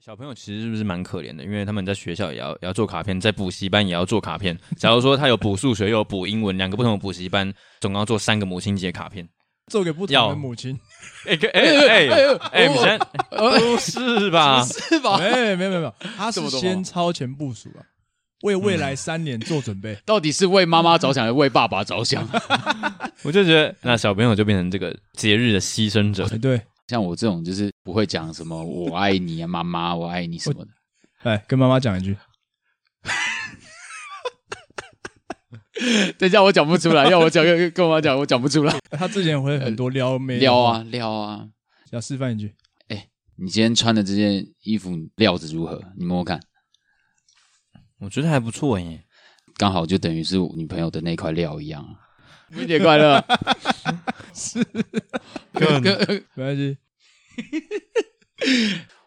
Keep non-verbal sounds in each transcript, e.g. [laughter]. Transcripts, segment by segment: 小朋友其实是不是蛮可怜的？因为他们在学校也要也要做卡片，在补习班也要做卡片。假如说他有补数学，又有补英文，两个不同的补习班，总共要做三个母亲节卡片。做给不同要的母亲，哎哎哎哎哎哎，你先呃，不是吧？是吧？哎没没有没有没有，他这是么多吗先超前部署啊，为未来三年做准备。到底是为妈妈着想，还是为爸爸着想？ [laughs] 我就觉得那小朋友就变成这个节日的牺牲者。哎，对，像我这种就是不会讲什么“我爱你啊，妈妈，我爱你”什么的。哎，跟妈妈讲一句，等一下我讲不出来，要我讲跟跟我妈讲，我讲不出来。他之前会很多撩妹， [laughs] 撩啊，撩啊！要示范一句，你今天穿的这件衣服料子如何？你摸摸看，我觉得还不错耶。刚好就等于是我女朋友的那块料一样啊。母亲节快乐！没关系，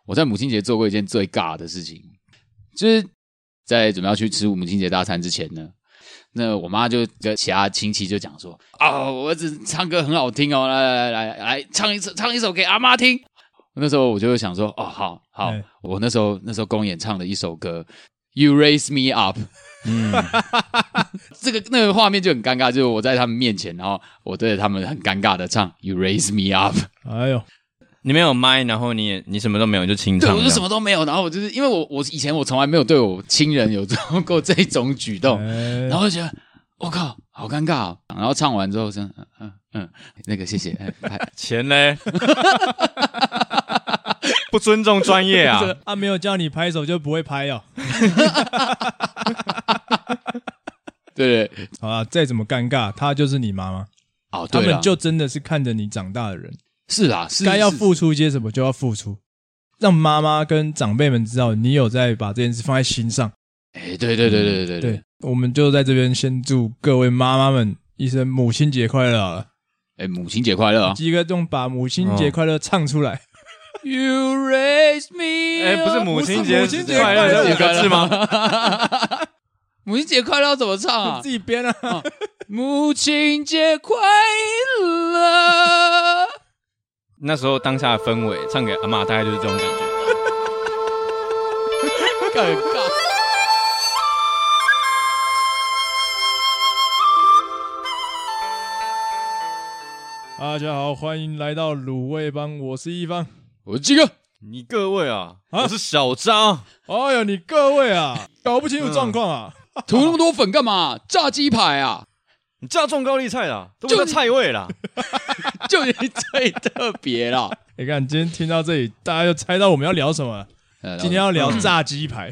我在母亲节做过一件最尬的事情，就是在准备要去吃母亲节大餐之前呢，那我妈就跟其他亲戚就讲说：“啊，我儿子唱歌很好听哦，来来来来来，唱一首唱一首给阿妈听。”那时候我就想说：“哦，好好。哎我那时候那时候公演唱的一首歌《You Raise Me Up》。嗯，这个那个画面就很尴尬，就是我在他们面前，然后我对着他们很尴尬的唱《You Raise Me Up》，哎呦，你没有麦，然后你也你什么都没有，你就清对唱这样。我就什么都没有，然后我就是因为我我以前我从来没有对我亲人有做过这种举动，哎然后就觉得我、靠，好尴尬、哦。然后唱完之后，真的嗯嗯嗯，那个谢谢，哎 [laughs] 哎钱 [laughs] 嘞？ [laughs] 不尊重专业啊！啊，没有叫你拍手就不会拍哦。对对好啊，再怎么尴尬，她就是你妈妈，哦，他对们了，就真的是看着你长大的人，是啦，是该要是付出些什么就要付出，让妈妈跟长辈们知道你有在把这件事放在心上。哎，对对对对对对对，我们就在这边先祝各位妈妈们一声母亲节快乐好了。哎，母亲节快乐啊、鸡哥用把母亲节快乐唱出来， y o u raise me，哎，不是母亲节，不是母亲节快快乐这五个字吗？吗？ [laughs] 母亲节快乐要怎么唱 [laughs] 啊自？己编啊。母亲节快 [laughs] 乐！那时候当下的氛围，唱给阿妈大概就是这种感觉。尴尬。大家好，欢迎来到卤味帮，我是一方。我这个你各位啊，啊我是小张，哎呦，你各位啊，搞不清楚状况啊！涂那么多粉干嘛？炸鸡排啊，你叫种高丽菜啦，都就叫菜味啦。就你最特别啦。你看，今天听到这里，大家就猜到我们要聊什么了。 [laughs] 嗯呃今天要聊炸鸡排，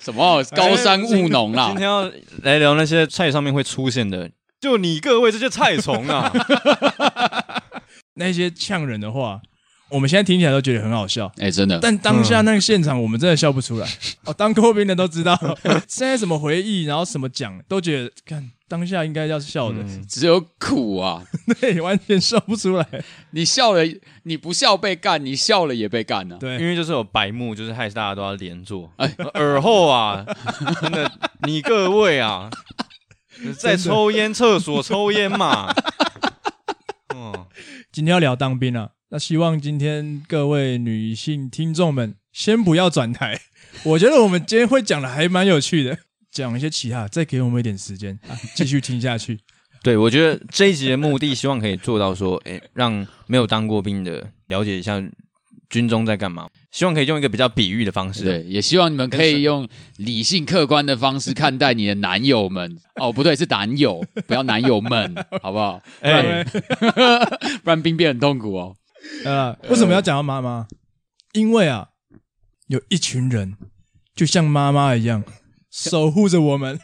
什么高山务农啊啦哎今？天要来聊那些菜上面会出现的，就你各位这些菜虫 [laughs] 啊，那些呛人的话，我们现在听起来都觉得很好笑，哎，真的，但当下那个现场，我们真的笑不出来。哦，当过兵的都知道，现在什么回忆，然后什么讲，都觉得看当下应该要笑的，只有苦啊！ [laughs] 对，完全笑不出来。你笑了，你不笑被干，你笑了也被干啊呢。因对，为就是有白目，就是害大家都要连坐。哎耳后啊，真的，你各位啊，在抽烟，厕所抽烟嘛。嗯，今天要聊当兵啊，那希望今天各位女性听众们先不要转台， [laughs] 我觉得我们今天会讲的还蛮有趣的，讲一些其他，再给我们一点时间，啊继续听下去。对，我觉得这一集的目的，希望可以做到说，哎，让没有当过兵的了解一下军中在干嘛。希望可以用一个比较比喻的方式。对，也希望你们可以用理性客观的方式看待你的男友们。哦，不对，是男友，不要男友们，好不好？哎，不然兵变很痛苦哦。呃，为什么要讲到妈妈？因为啊，有一群人就像妈妈一样守护着我 [laughs] 们，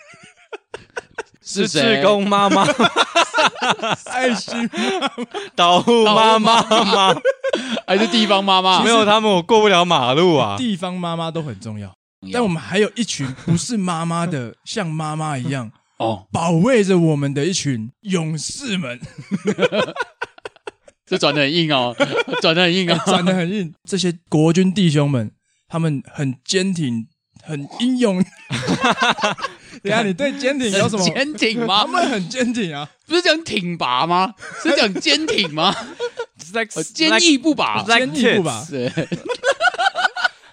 是志谁？工妈妈、爱心 [laughs] 导护妈妈吗？还哎是地方妈妈没？有他们，我过不了马路 [laughs] 啊。地方妈妈都很重要。但我们还有一群不是妈妈 [laughs] 的，像妈妈一样哦，保卫着我们的一群勇士们，这转的很硬哦，转的很硬哦。长得很 [laughs] 硬。这些国 [laughs] 军弟兄们，他们很坚挺，很英勇，等一下你对坚挺哎有什么？坚挺他吗？们很坚挺啊，不是讲挺 [laughs] 拔吗？是讲坚挺吗？ like 呃哦坚毅不拔 Black 坚毅不拔。是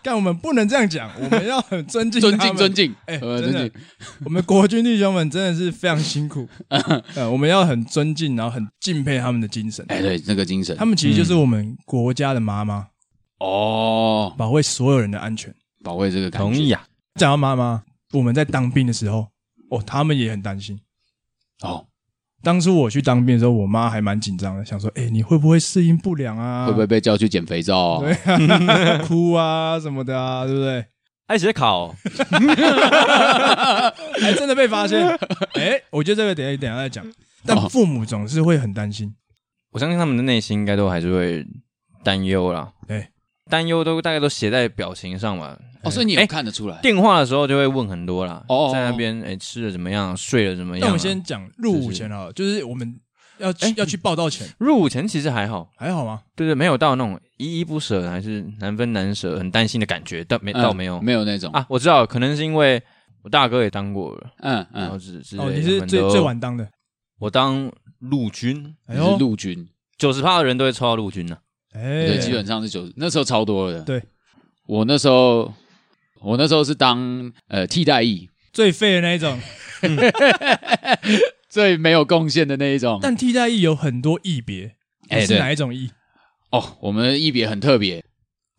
但我们不能这样 [laughs] 讲，我们要很尊敬尊他敬们尊。敬，哎呃真尊的敬，我们国军弟兄们真的是非常辛 [laughs] 苦，嗯呃，我们要很尊敬，然后很敬佩他们的精神。哎，对，那个精神他，们其实就是我们国家的妈妈，哦，保卫所有人的安全。保卫这个感觉同意啊，讲到妈妈，我们在当兵的时候，哦，他们也很担心。哦，当初我去当兵的时候，我妈还蛮紧张的，想说：“哎、你会不会适应不良啊？会不会被叫去捡肥皂啊？对啊 [laughs] 哭啊什么的啊？对不对爱写考，？”还真的被发 [laughs] 现。哎、我觉得这个等一下等一下再讲。哦但父母总是会很担心。我相信他们的内心应该都还是会担忧啦。对，担忧都大概都写在表情上嘛。哦，所以你哎也看得出来，电话的时候就会问很多啦，哦哦哦在那边哎吃的怎么样，睡了怎么那样啊、我们先讲入伍前好了，就是我们要去、要去报道前，入伍前其实还好，还好吗？对对，没有到那种依依不舍还是难分难舍、很担心的感觉，倒没嗯倒没有、没有那种，啊。我知道，可能是因为我大哥也当过了，嗯然后嗯，之之类的。哦，你是他们最都最，晚当的。我当陆军，哎你是呦，陆军，九十趴的人都会抽到陆军啊呢、哎，对，基本上是九，那时候超多的，对，我那时候，我那时候是当呃替代役，最废的那一种。最没有贡献的那一种，但替代役有很多役别，你哎是对哪一种役？哦，我们的役别很特别，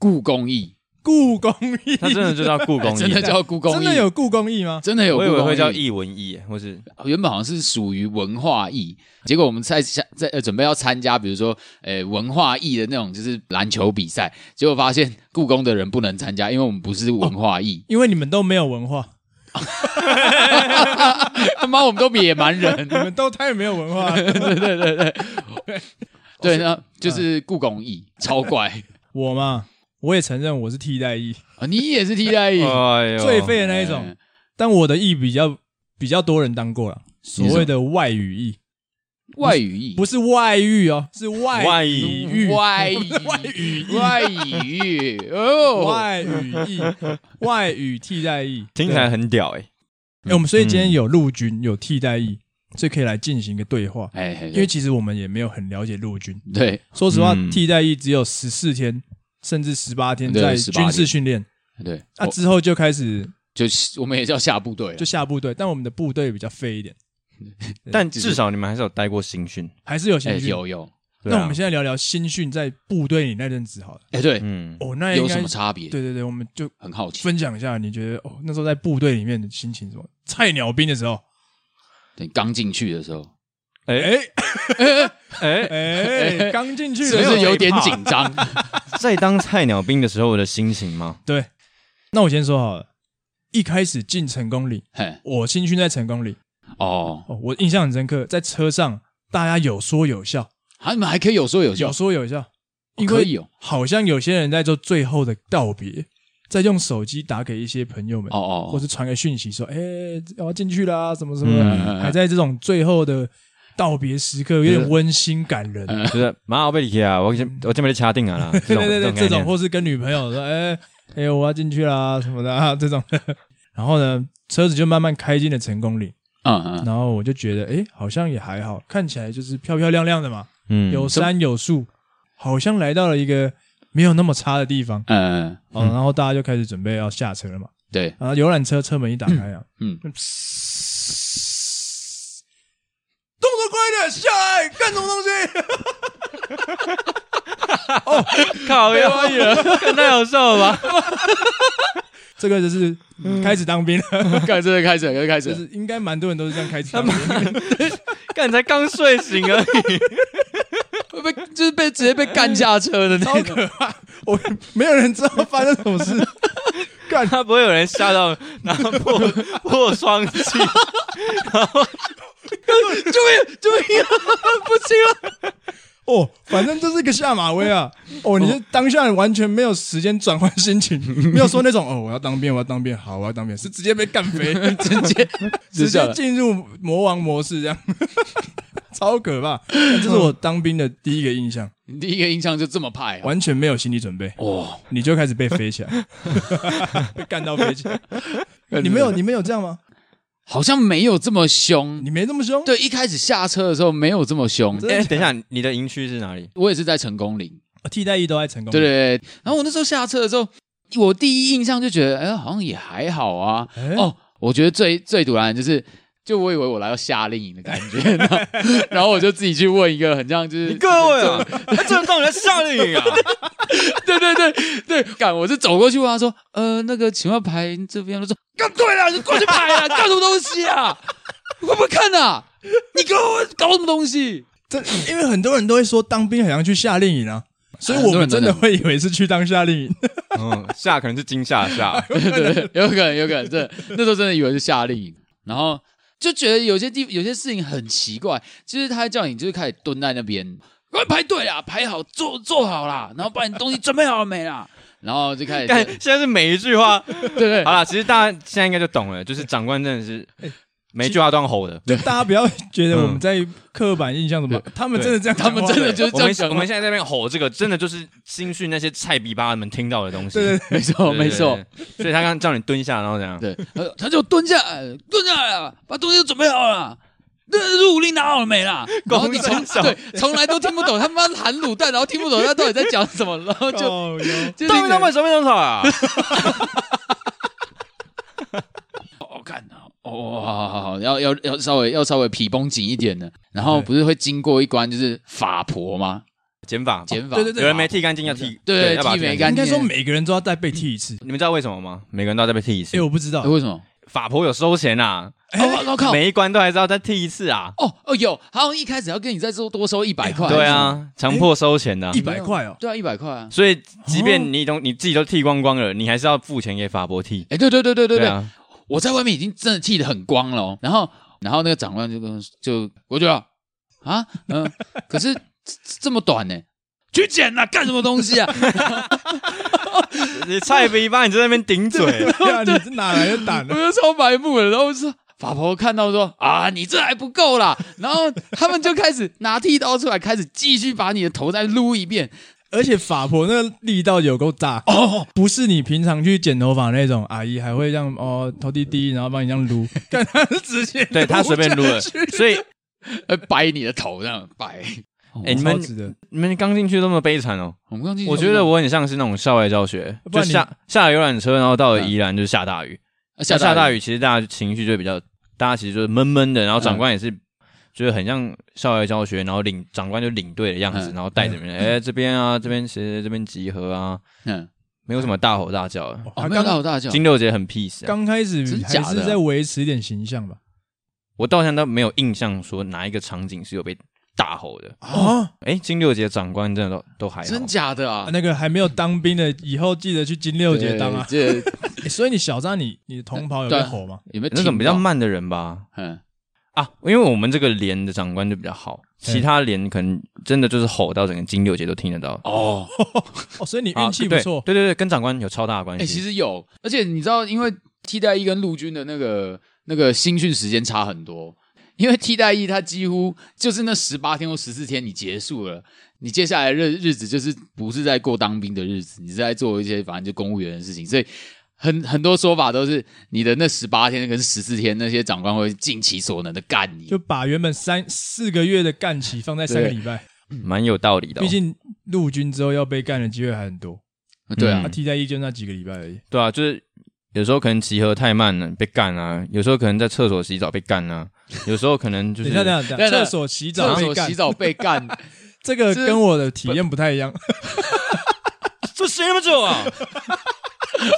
故宫役，哎故宫役，他真的就叫故宫役，真的叫故宫役， [laughs] 真的有故宫役吗？真的有我以故为宫会叫役艺文艺，或是原本好像是属于文化艺，结果我们在下在呃准备要参加，比如说呃文化艺的那种就是篮球比赛，结果发现故宫的人不能参加，因为我们不是文化 [laughs] 艺。因为你们都没有文化， [laughs] 他妈，我们都比野蛮人 [laughs] 你。们都太没有文化 [laughs] 了。对，那就是故宫艺，超嗯怪。我嘛，我也承认我是替代役，啊你也是替代役，哎呦最废的哦那一种嗯。但我的役比较比较多人当过了，所谓的外语役，外语艺，不是外遇哦，是外外语语役外 [laughs] 外语役外语艺哦，外语 [laughs] 役，外语替代役，听起来很屌哎、嗯哎，我们所以今天有陆军，有替代役，所以可以来进行一个对话。哎，哎因为其实我们也没有很了解陆军，对说实话，嗯替代役只有十四天甚至十八天对在18天哦军事训练，对，那我之后就开始就我们也叫下部队了啊啊就，下部队，但我们的部队比较废一点，但至少你们还是有待过新训。还是有哎新训。有有，对啊那我们现在聊聊新训在部队里那阵子好了。哎对，嗯，哦，那应有该什么差别？对对对，我们就很好奇。分享一下，你觉得哦，那时候在部队里面的心情是什么？菜鸟兵的时候，对，刚进去的时候，哎哎哎，哎，刚进去是的不时候哎是有点紧张？ [laughs] 在当菜鸟兵的时候的心情吗？对。那我先说好了，一开始进成功岭，嘿，我新训在成功岭，哦，哦，我印象很深刻，在车上大家有说有笑，他们还可以有说有笑有，说有笑，因可以为哦，好像有些人在做最后的道别，在用手机打给一些朋友们，哦或哦，是传个讯息说：“哎、我要进去啦，什么什么的。嗯还在这种最后的道别时刻，有点温馨感人。嗯就是马我被你啊，我先我先被你掐定了啦。这对种对对对，这这种概种念或是跟女朋友说：“哎、哎、我要进去啦，什么的啊，这种。” [laughs] 然后呢，车子就慢慢开进了成功岭，嗯嗯，然后我就觉得，哎、好像也还好，看起来就是漂漂亮亮的嘛。嗯有山有树，好像来到了一个没有那么差的地方。嗯，嗯哦，然后大家就开始准备要下车了嘛。对，然后游览车车门一打开啊， [laughs] 嗯，动作快点下来，干什么东西？ [laughs] 靠腰 [laughs] 了，看太好笑了吧？这个就是开始当兵嗯了，开始开始开就始，是应该蛮多人都是这样开始当兵的。干才刚睡醒而已，会被就是被直接被干下车的那超种，可怕！ [laughs] 我没有人知道发生什么事，干他不会有人吓到拿破破双气，救命救命，不行了，哦，反正就是一个下马威啊！哦，你是当下完全没有时间转换心情， [laughs] 没有说那种哦，我要当兵，我要当兵，好，我要当兵，是直接被干 [laughs] 飞，直接 [laughs] 直直接接进入魔王模式这样， [laughs] 超可怕！这是我当兵的第一个印象，你第一个印象就这么派啊，完全没有心理准备，哇，你就开 [laughs] 始被飞起来，被干到飞起来。你们有你们有这样吗？好像没有这么凶。你没这么凶，对，一开始下车的时候没有这么凶。真的哎、假的 [laughs] 等一下，你的营区是哪里？我也是在成功岭，啊替代役都在成功。对对对。然后我那时候下车的时候，我第一印象就觉得，哎，好像也还好啊。哎，哦，我觉得最最突然的就是，就我以为我来到夏令营的感觉， [laughs] 然后然后我就自己去问一个很像就是各位啊，他真的当人夏令营啊？对对对对，干！我就走过去问他说：“呃，那个，请问排这边？”他说：“干对了，你过去排啊，干什么东西啊？ [laughs] 会不会看啊？你给我搞什么东西，这因为很多人都会说当兵好像去夏令营啊，所以我们真的会以为是去当夏令营。嗯，夏可能是惊吓夏？” [laughs] 对对对，有可能，有可能，对，那时候真的以为是夏令营，然后就觉得有些地有些事情很奇怪，就是他叫你就是开始蹲在那边，快排队啦，排好坐坐好啦，然后把你东西准备好了没啦，然后就开始但现在是每一句话，对对好啦，其实大家现在应该就懂了，就是长官真的是每一句话都要吼的。就大家不要觉得我们在刻板印象什么，他们真的这样讲嗯他话，们真的就是我这样们讲啊我话们现在在那边吼这个，真的就是新训那些菜逼巴们听到的东西。对对没错对哦没错。。对对所以他刚刚叫你蹲下，然后怎样？对，他就他就蹲下来，蹲下来了，把东西都准备好了。那入伍令拿好了没啦？然后就从公三小对从来都听不懂他妈喊卤蛋，然后听不懂他到底在讲什么，然后 [laughs] 就靠腰就哦到底他们什么东西啊？我看哦，哦好好好好，要要要稍微要稍微皮绷紧一点的。然后不是会经过一关就是法婆吗？减法，减法，对对对有人没剃干净要剃，对要把它剃没干净。应干净该说每个人都要再被剃一次。你们知道为什么吗？每个人都要再被剃一次哎，。我不知道哎，为什么？法婆有收钱啊，哎哦，我靠！每一关都还是要再剃一次啊。哦哦，有，好像一开始要跟你再多多收一百块。对，啊，强迫收钱的啊一。百块哦，对啊，一百块啊。所以，即便你都你自己都剃光光了，你还是要付钱给法婆剃。哎，对对对对对对，啊，我在外面已经真的剃得很光了、哦，然后然后那个长官就跟我就我就啊啊嗯、可是 [laughs] 这这么短呢，去剪呐、干什么东西啊？你菜逼吧，你在那边顶 [laughs] 嘴。 [laughs] 对啊，你是哪来的胆啊我呢？就超白目的，然后是法婆看到说啊你这还不够啦，然后他们就开始拿剃刀出来，开始继续把你的头再撸一遍，而且法婆那个力道有够大哦，不是你平常去剪头发那种阿姨还会这样哦头低低，然后帮你这样撸，干他是直接对他随便撸了，所以呃掰你的头这样掰。哎你们超值得你们刚进去都那么悲惨哦。我们刚进去我觉得我很像是那种校外教学，不就然你下下了游览车，然后到了宜兰就是下大雨，啊下下大大雨，雨其实大家情绪就比较，大家其实就是闷闷的，然后长嗯官也是。就是很像校外教学，然后领长官就领队的样子，嗯然后带着人，哎、这边啊，这边谁谁这边集合啊，嗯，没有什么啊大吼大叫的。哦他没有啊刚大吼大叫，金六杰很 peace，、啊、刚开始真还假是的在维持一点形象吧。我到现在都没有印象说哪一个场景是有被大吼的。哦啊，哎、金六杰长官真的都都还好，真假的啊？那个还没有当兵的，以后记得去金六节当啊。 [laughs] 对这欸所以你小张，你你的同袍有对被啊吼吗？有没有那种比听较到？慢的人吧，嗯，啊，因为我们这个连的长官就比较好，其他连可能真的就是吼到整个金六节都听得到。哦，哦，所以你啊运气不错。对对对对，跟长官有超大的关哎、系。其实有，而且你知道，因为替代役跟陆军的那个那个新训时间差很多，因为替代役他几乎就是那十八天或十四天你结束了，你接下来的日日子就是不是在过当兵的日子，你是在做一些反正就公务员的事情，所以。很很多说法都是你的那十八天跟十四天，那些长官会尽其所能的干你。就把原本三四个月的干期放在三个礼拜，蛮有道理的哦、毕竟陆军之后要被干的机会还很多。对啊他嗯，替代役 E 就那几个礼拜而已。对啊，就是有时候可能集合太慢了被干啊，有时候可能在厕所洗澡被干 [laughs] 啊，有时候可能就等是一下，等一下，等对一下，对厕所洗厕澡被所干洗，澡被干， [laughs] 这个是跟我的体验不太一样。这洗那么久啊，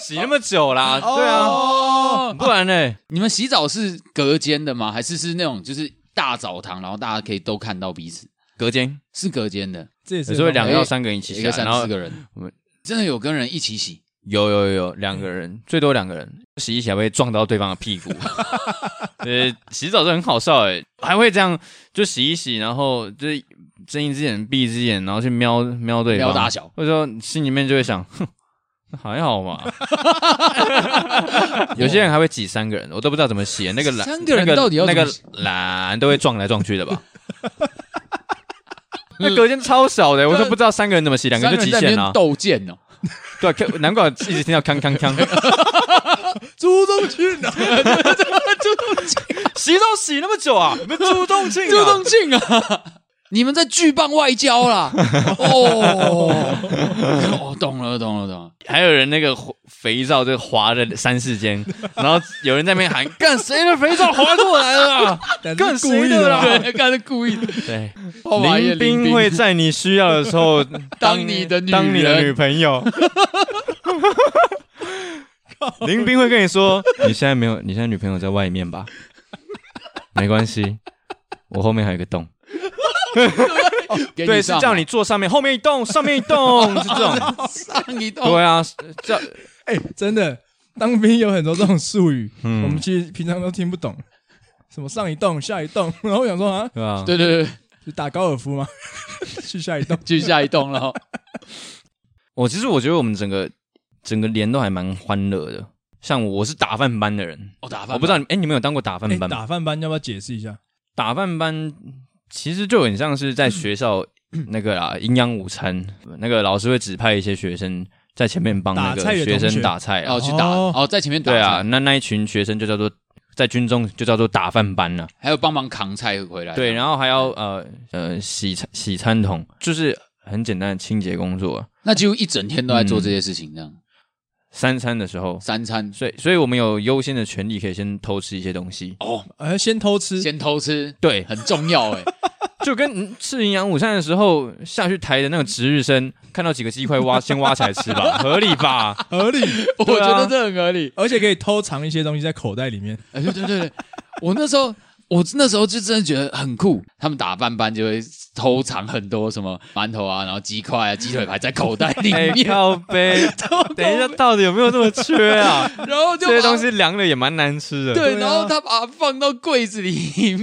洗那么久啦，对啊，哦，不然呢？你们洗澡是隔间的吗？还是是那种就是大澡堂，然后大家可以都看到彼此？隔间是隔间的， [laughs] 这也有是时候两个个到方法三个人一起一下个，三然后四个人我们，真的有跟人一起洗。有有有有两个嗯人，最多两个人，洗一洗还会撞到对方的屁股。 [laughs] 呃，洗澡是很好笑诶、还会这样就洗一洗，然后就是睁一只眼闭一只眼，然后去瞄瞄对方，瞄大小。或者说心里面就会想，哼，还好嘛。 [laughs] 有些人还会挤三个人，我都不知道怎么洗。那个懒，三个人那到底要那怎个么洗懒都会撞来撞去的 [laughs] 吧？那隔间超小的、我都不知道三个人怎么洗，两个三人个就人极啊在那限边了、斗剑哦，对啊，看难怪我一直听到康康康。朱仲庆啊， [laughs] 洗都洗那么久啊，你们朱东庆、啊，朱东庆啊，你们在巨棒外交 [laughs] 啦！哦，哦，懂了，懂了，懂了。还有人那个肥皂就滑了三四间，然后有人在那边喊：“干 [laughs] 谁的肥皂滑过来了啊干故意的啦对，啊刚才故意的。？”对，后来也啊林林冰会在你需要的时候当你的女 [laughs] 当你的人女朋 [laughs] 友。林冰会跟你说：“你现在没有，你现在女朋友在外面吧？没关系，我后面还有一个洞。”哦给对，是上啊哦叫你坐上面，后面一栋，上面一栋，是这种。上一栋，对啊，是叫哎、真的，当兵有很多这种术语，嗯我们其实平常都听不懂，什么上一栋、下一栋， [laughs] 然后我想说啊，对吧？对对对，是打高尔夫吗？ [laughs] 去下一栋，去下一栋了哦。我其实我觉得我们整个整个连都还蛮欢乐的。像我是打饭班的人，我哦打饭吧，我不知道你哎，你们有当过打饭哎、班吗？打饭班要不要解释一下？打饭班其实就很像是在学校那个啦，营养午餐，那个老师会指派一些学生在前面帮那打菜个的学同生学打菜啊哦，。去打哦哦，在前面打对啊，菜，那那一群学生就叫做在军中就叫做打饭班了。还有帮忙扛菜回来。对，然后还要呃呃洗餐洗餐桶，就是很简单的清洁工作。那几乎一整天都在做这些事情，嗯这样三餐的时候，三餐所以所以我们有优先的权利可以先偷吃一些东西。哦，哎、先偷吃，先偷吃对，很重要哎，就跟嗯吃营养午餐的时候下去抬的那个值日生，看到几个鸡块挖先挖起来吃吧，合理 [laughs] 吧？合理，我对啊觉得这很合理。而且可以偷藏一些东西在口袋里面。哎，对对对，对我那时候。我那时候就真的觉得很酷，他们打扮班就会偷藏很多什么馒头啊，然后鸡块啊、鸡腿排在口袋里 [laughs] 哎、面，靠背，等一下，到底有没有那么缺啊？然后就这 [laughs] 些把东西凉的也蛮难吃的。对，对啊然后他把它放到柜子里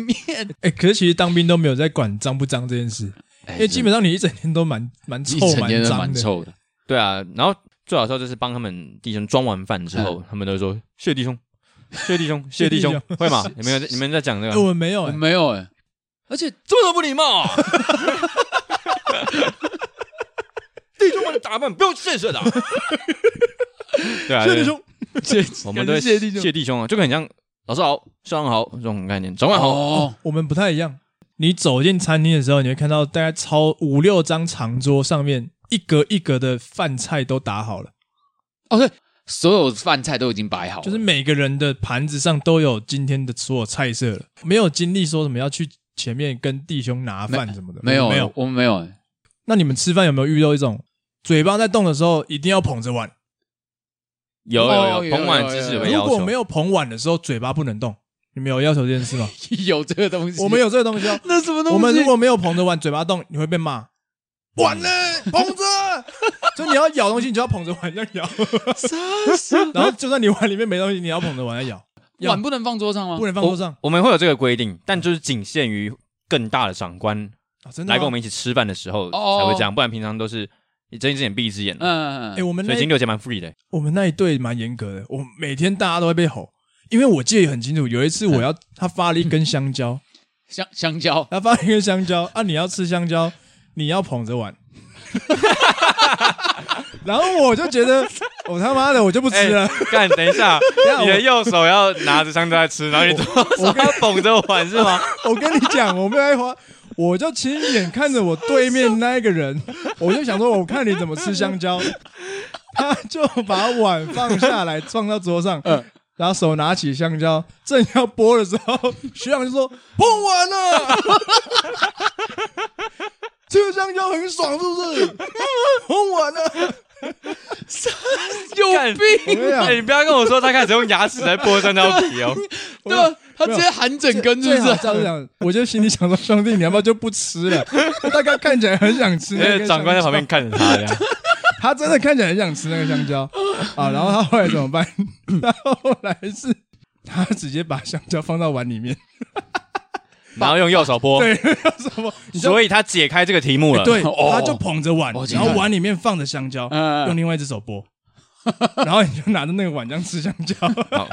面，哎、可是其实当兵都没有在管脏不脏这件事，因为基本上你一整天都蛮蛮臭哎一整天都脏蛮哎的。臭的。对啊，然后最好笑就是帮他们弟兄装完饭之后，他们都说谢弟兄，谢弟兄，谢弟兄谢，会吗？你们有在你们在讲这个 [laughs] 哎、吗？我们没有、我哎没有哎，而且这么不礼貌啊！弟兄们的打扮不用谢谢的啊， [laughs] 对啊，谢对弟，兄， [laughs] 这我们都会谢弟兄谢弟兄啊，就很像老师好，上好这种概念，长官好，哦，我们不太一样。你走进餐厅的时候，你会看到大概超五六张长桌，上面一格一格的饭菜都打好了，哦，对，所有饭菜都已经摆好了，就是每个人的盘子上都有今天的所有菜色了，没有精力说什么要去前面跟弟兄拿饭什么的，没有没有。我们没有哎那你们吃饭有没有遇到一种嘴巴在动的时候一定要捧着碗？有哦有有有，捧碗姿势有被要如果求没，有捧碗的时候，嘴巴不能动。你们有要求这件事 [laughs] 吗？有这个东西，我们有这个东西哦。那什么东 [laughs] 西？我们如果没有捧着碗，嘴巴动，你会被 [laughs] 骂。碗呢？ [laughs] 捧着，所以你要咬东西，你就要捧着碗这样 [laughs] 咬。然后就算你碗里面没东西，你要捧着碗 [laughs] 来咬，要碗不能放桌上吗？不能放桌我上我们会有这个规定，但就是仅限于更大的长官啊！真的吗来跟我们一起吃饭的时候哦才会这样，不然平常都是你睁一只眼闭一只眼了，嗯，哎，我们所那以金六姐蛮 free 的。我们那一队蛮严格的，我每天大家都会被吼，因为我记得很清楚，有一次我 [laughs] 要他发了一根香蕉，香香蕉，他发了一根香蕉啊，你要吃香蕉，你要捧着碗。然后我就觉得，我他妈的，我就不吃了。啊哎干，等一 [laughs] 下下，你的右手要拿着香蕉在吃，然后你左手要捧着碗是吗？ [laughs] 我跟你讲，我没有爱花，我就亲眼看着我对面那一 [laughs] 个人，我就想说，我看你怎么吃香蕉。他就把碗放下来，放到桌上，嗯然后手拿起香蕉，正要剥的时候，学长就说：“碰 [laughs] 完了，这个香蕉很爽，是不是？碰啊完了。” [laughs] 有干我病跟啊你讲哎，你不要跟我说他开始用牙齿来剥香蕉皮 [laughs] 哦。我对吧？他直接含整根，是最不好是？照这样，我就心里想说：“兄弟，你要不要就不吃了？”大概看起来很想吃 [laughs] 因为那根香蕉，哎长官在旁边看着他，这样他真的看起来很想吃那个香 [laughs] 蕉啊。然后他后来怎么办？他后来是他直接把香蕉放到碗里面，然后用右手剥。对， [laughs] 什么？你就所以他解开这个题目了。对，哦他就捧着碗哦，这然样后碗里面放着香蕉，嗯用另外一只手剥， [laughs] 然后你就拿着那个碗这样吃香 [laughs] 蕉。好，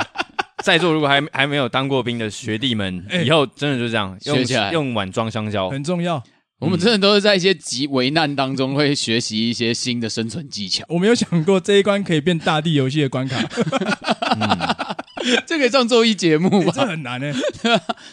在座如果还还没有当过兵的学弟们，哎嗯以后真的就这样，用学起来用碗装香蕉，很重要，我们真的都是在一些极危难当中会学习一些新的生存技巧。我没有想过这一关可以变大地游戏的关 [laughs] 卡，这可以上综艺节目欸吧？这很 [laughs] 难呢、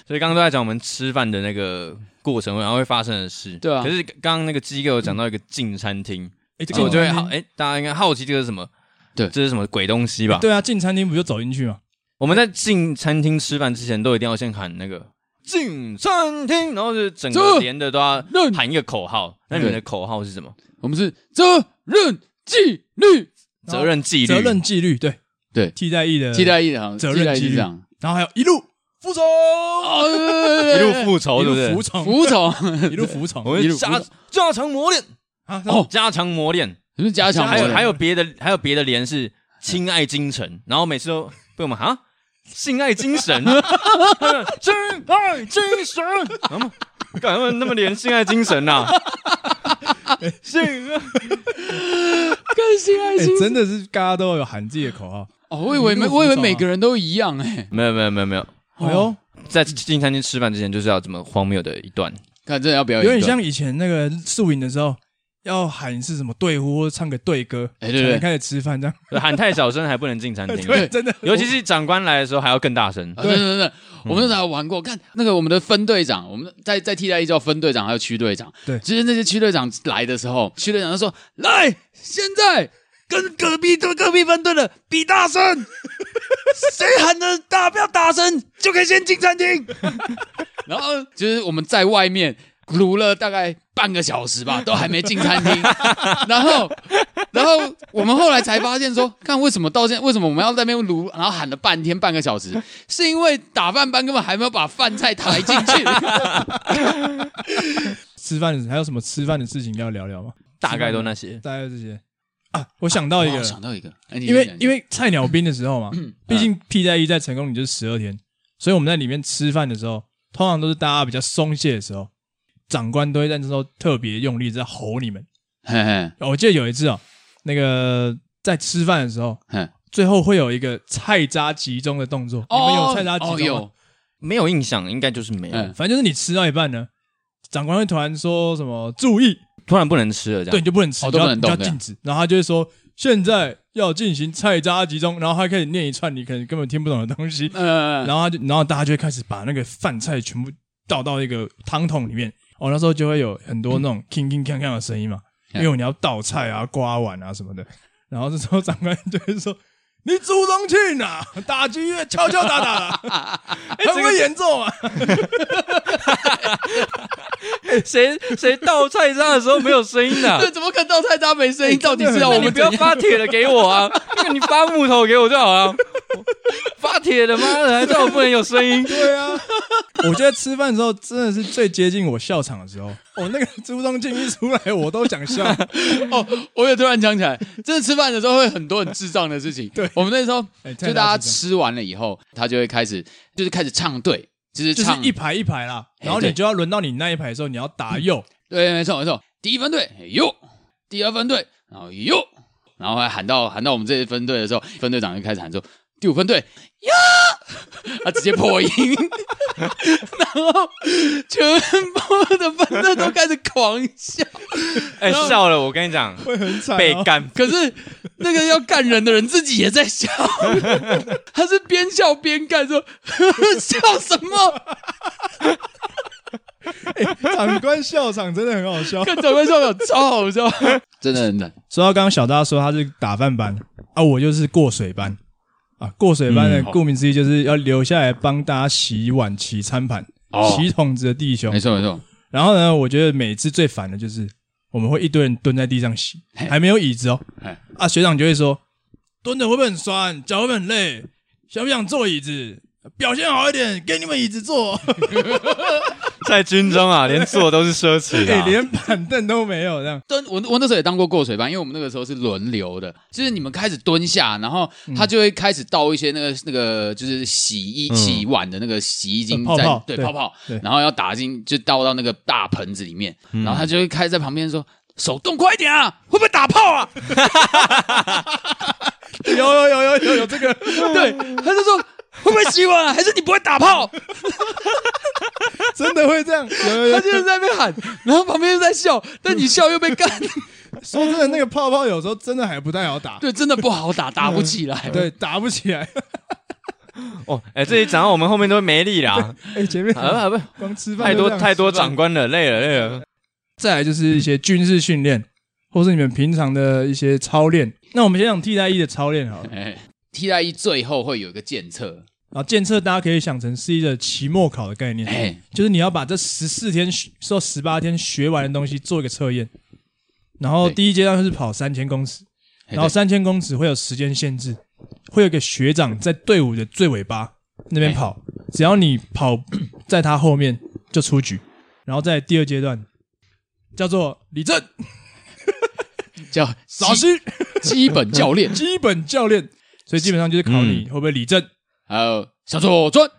所以刚刚都在讲我们吃饭的那个过程，然后会发生的事。对啊嗯可是刚刚那个机构有讲到一个进餐厅，哎、这个我就会好，哎、哎、大家应该好奇这个是什么？对这是什么鬼东西吧？对啊，进餐厅不就走进去吗？我们在进餐厅吃饭之前，都一定要先喊那个进餐厅，然后就是整个这连的都要任喊一个口号。那你们的口号是什么？我们是责任纪律，然后责任纪律。责任纪律，对对替代役的替，代一行，责替代任纪律一行，然后还有一路服从，哦对对对一对路哦对复仇，一对不路服对？从，服从，一路服从我一们路加加强磨练，啊！哦加强磨练。是不是加强还我有的？还有别的还有别的连是亲爱精神，然后每次都被我们啊性爱精神， [laughs] 亲爱精神，然后干嘛那么连性爱精神呐、啊？性爱更新爱哎心真的是大家都有喊自己的口号，哦，我以为一每路服从啊我以为每个人都一样哎，没有没有没有没有，哎呦，在进餐厅吃饭之前就是要这么荒谬的一段，看真的要表演有点一段像以前那个宿营的时候，要喊是什么队呼或者唱个队歌，哎对对哎才能开始吃饭这样。喊太小声还不能进餐 [laughs] 厅，对，真的，尤其是长官来的时候还要更大声啊，。对对对，我们那时候还玩过。看那个我们的分队长，我们在在替代役叫分队长，还有区队长。对就是那些区队长来的时候，区队长就说：“来，现在跟隔壁对隔壁分队的比大声， [laughs] 谁喊的大不要大声，就可以先进餐厅。” [laughs] 然后就是我们在外面。撸了大概半个小时吧，都还没进餐 [laughs] 厅。然后，然后我们后来才发现说， [laughs] 看为什么到现在，为什么我们要在那边撸，然后喊了半天半个小时，是因为打饭班根本还没有把饭菜抬进去。吃饭的时候还有什么吃饭的事情要聊聊吗？大概都那些，大概这些啊，我想到一个我了，想到一个，嗯哎你因为先讲因为菜鸟兵的时候嘛，毕竟替代役在成功你就是十二天，所以我们在里面吃饭的时候，通常都是大家比较松懈的时候，长官都会在那时候特别用力在吼你们。嘿嘿哦我记得有一次哦，那个在吃饭的时候，嘿最后会有一个菜渣集中的动作，你们有菜渣集哦中吗？有，没有印象，应该就是没有嗯。反正就是你吃到一半呢，长官会突然说什么“注意突然不能吃了”，这对，样你。就不能吃，哦你就都要不能你就要动对啊禁止，然后他就会说现在要进行菜渣集中，然后他开始念一串你可能根本听不懂的东西，呃，然后他就，然后大家就会开始把那个饭菜全部倒到一个汤桶里面。哦，那时候就会有很多那种 king king k a n g 的声音嘛，因嗯为你要倒菜啊、刮碗啊什么的。然后这时候长官就会说：“你祖宗去 [laughs] 哪？打击乐敲敲打 [laughs] 打，很会演奏啊谁谁倒菜渣的时候没有声 [laughs] 音的、这怎么可能到菜渣没哎声音？到底是那要我你们不要怎样发铁的给我啊，那个你发木头给我就好了。发铁的妈的，还叫我不能有声音！！”对啊， [laughs] 我觉得吃饭的时候真的是最接近我笑场的时候。哦，那个朱宗庆一出来，我都想 [laughs] 笑。哦，我也突然想起来，真的吃饭的时候会很多很智障的事 [laughs] 情。对，我们那时候哎菜渣就大家智障吃完了以后，他就会开始就是开始唱对，就是就是唱一排一排啦，哎然后你对嗯就要轮到你那一排的时候，你要打右，对，没错没错，第一分队哟，第二分队然后哟，然后还喊到喊到我们这一分队的时候，分队长就开始喊说第五分队呀， [laughs] 他直接破音，然后全部的分队都开始狂笑， [laughs] 哎、笑了，我跟你讲，会很惨、哦。被干。可是那个要干人的人自己也在笑， [laughs] 他是边笑边干说 [laughs] 笑什么？ [laughs] 长官笑场真的很好笑。看长官笑场超好笑，真的真的，说到刚刚小大说他是打饭班啊，我就是过水班啊。过水班呢，嗯顾名思义就是要留下来帮大家洗碗、洗餐盘、哦洗桶子的弟兄没。错没错，然后呢，我觉得每次最烦的就是我们会一堆人蹲在地上洗，嘿还没有椅子哦嘿。啊，学长就会说，蹲着会不会很酸，脚会不会很累，想不想坐椅子？表现好一点，给你们椅子坐。在军中啊，连坐都是奢侈的、 [laughs] 哎、啊。连板凳都没有，这样蹲，我我那时候也当过过水班，因为我们那个时候是轮流的，就是你们开始蹲下，然后嗯他就会开始倒一些那个那个就是洗衣、嗯洗碗的那个洗衣精呃泡在泡对对泡泡对，嗯然后要打进就倒到那个大盆子里面，然后他就会开始在旁边说。手动快一点啊！会不会打泡啊？ [laughs] 有有有有有有这 [laughs] 个，对，他就说会不会洗碗啊？还是你不会打泡？真的的会这样，有有有 [laughs] 他就是在那边喊，然后旁边又在笑，但你笑又被干， [laughs] 说真的，那个泡泡有时候真的还不太好打，对，真的不好打，打不起来。对，打不起来。哦，哎、这一讲到我们后面都没力啦， [laughs] 哎，前面啊不，光吃饭太就多这样太多吃饭长官了，累了累了。再来就是一些军事训练，或是你们平常的一些操练。那我们先讲替代役的操练好了。哎，替代役最后会有一个检测，啊，检测大家可以想成是一个期末考的概念，哎就是你要把这十四天学说十八天学完的东西做一个测验。然后对第一阶段就是跑三千公尺，哎然后三千公尺会有时间限制，会有一个学长在队伍的最尾巴那边哎跑，只要你跑在他后面就出局。然后在第二阶段叫做李正哎对叫老基师基本教练，基本教练，所以基本上就是考嗯你会不会理正，还有向左转，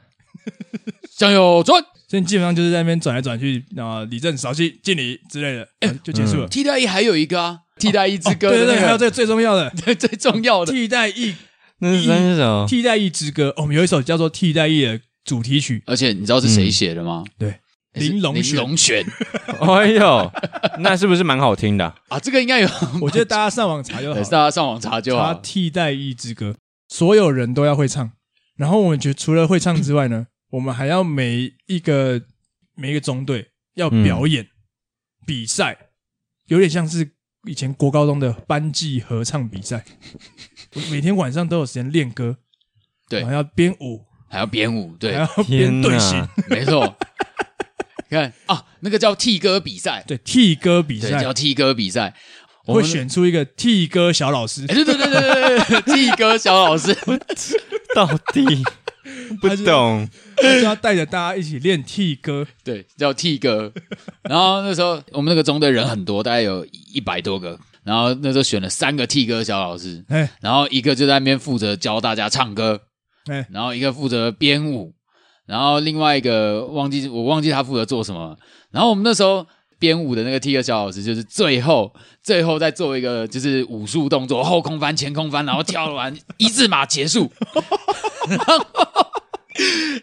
向右转。所以你基本上就是在那边转来转去，啊、理正、扫地、敬礼之类的，哎、就结束了。替代役还有一个啊，替代役之歌对嗯哦的那个，对对，还有这个最重要的 [laughs] 最重要的替代役，那是真是什么？替代役之歌，哦我们有一首叫做《替代役》的主题曲，而且你知道是谁写的吗？对，是嗯林龙林雪。龙璇哎呦，那是不是蛮好听的啊、啊，这个应 [laughs] 该有，我觉得大家上网查就好对了，大家上网查就查好《替代役之歌》，所有人都要会唱。然后我们觉得除了会唱之外 [coughs] 呢，我们还要每一个每一个中队要表嗯演、比赛，有点像是以前国高中的班级合唱比 [laughs] 赛。我每天晚上都有时间练歌，对然后要编舞，还要编舞，还对，要天编哪队形，没 [laughs] 错。看啊，那个叫替歌比赛，对替歌比对，赛叫替歌比赛，我会们。选出一个替歌小老师 [laughs] 哎，，对对对对对对对，替歌小老师，到底不懂？就要带着大家一起练替歌。对，叫替歌。然后那时候我们那个中队人很多，大概有一百多个。然后那时候选了三个替歌小老师，哎然后一个就在那边负责教大家唱歌，哎，然后一个负责编舞，然后另外一个忘记我忘记他负责做什么了。然后我们那时候编舞的那个替课小老师，就是最后最后再做一个就是武术动作，后空翻、前空翻，然后跳完一字马结束。然 [laughs] 后，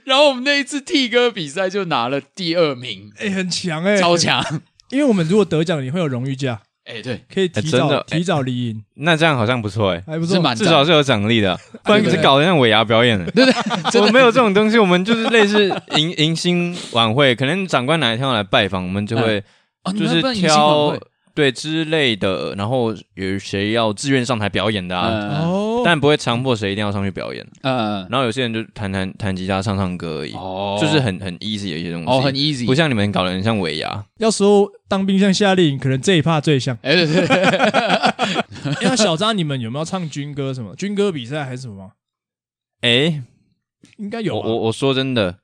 然后我们那一次替歌比赛就拿了第二名，哎、很强哎、超强。因为我们如果得奖，你会有荣誉奖，哎，对，可以提哎真早、的哎提早离营，那这样好像不错哎、还不是错。蛮至少是有奖励的，啊不然一直搞得像尾牙表演了。[laughs] 对对，真我的没有这种东西，我们就是类似迎 [laughs] 迎新晚会，可能长官哪一天要来拜访，我们就会哦你就们是办迎新晚挑会对之类的，然后有谁要自愿上台表演的啊，呃哦，但不会强迫谁一定要上去表演。呃然后有些人就弹弹弹吉他、唱唱歌而已，哦就是很很 easy 的一些东西，哦很 easy，。不像你们搞得很像尾牙。要说当兵像夏令营，可能这一趴最像 [laughs] 哎对对对，哎那小扎，你们有没有唱军歌什么？军歌比赛还是什么吗？哎，应该有啊我吧。我我说真的，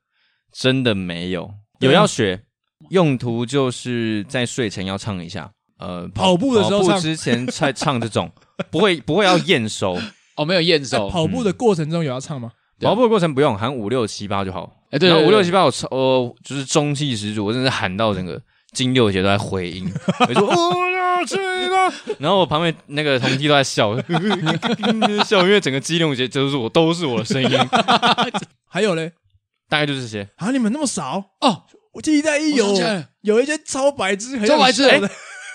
真的没有，对有啊要学，用途就是在睡前要唱一下，呃，跑步的时候跑步唱之前才唱这种，不会不会要验收，哦没有验 [laughs] 在嗯收，跑步的过程中有要唱吗？对啊跑步的过程不用喊五六七八就好。哎对然后五六七八，八我超我就是中气十足，我真的是喊到整个金六节都在回音，我 [laughs] 就说五六七八，然后我旁边那个同梯都在笑， [laughs] 笑，因为整个金六节就是我都是我的声音，还有嘞，大概就是这些。啊，你们那么少哦？我替代哎役有我想起来了有一些超白痴，很超白痴想笑的，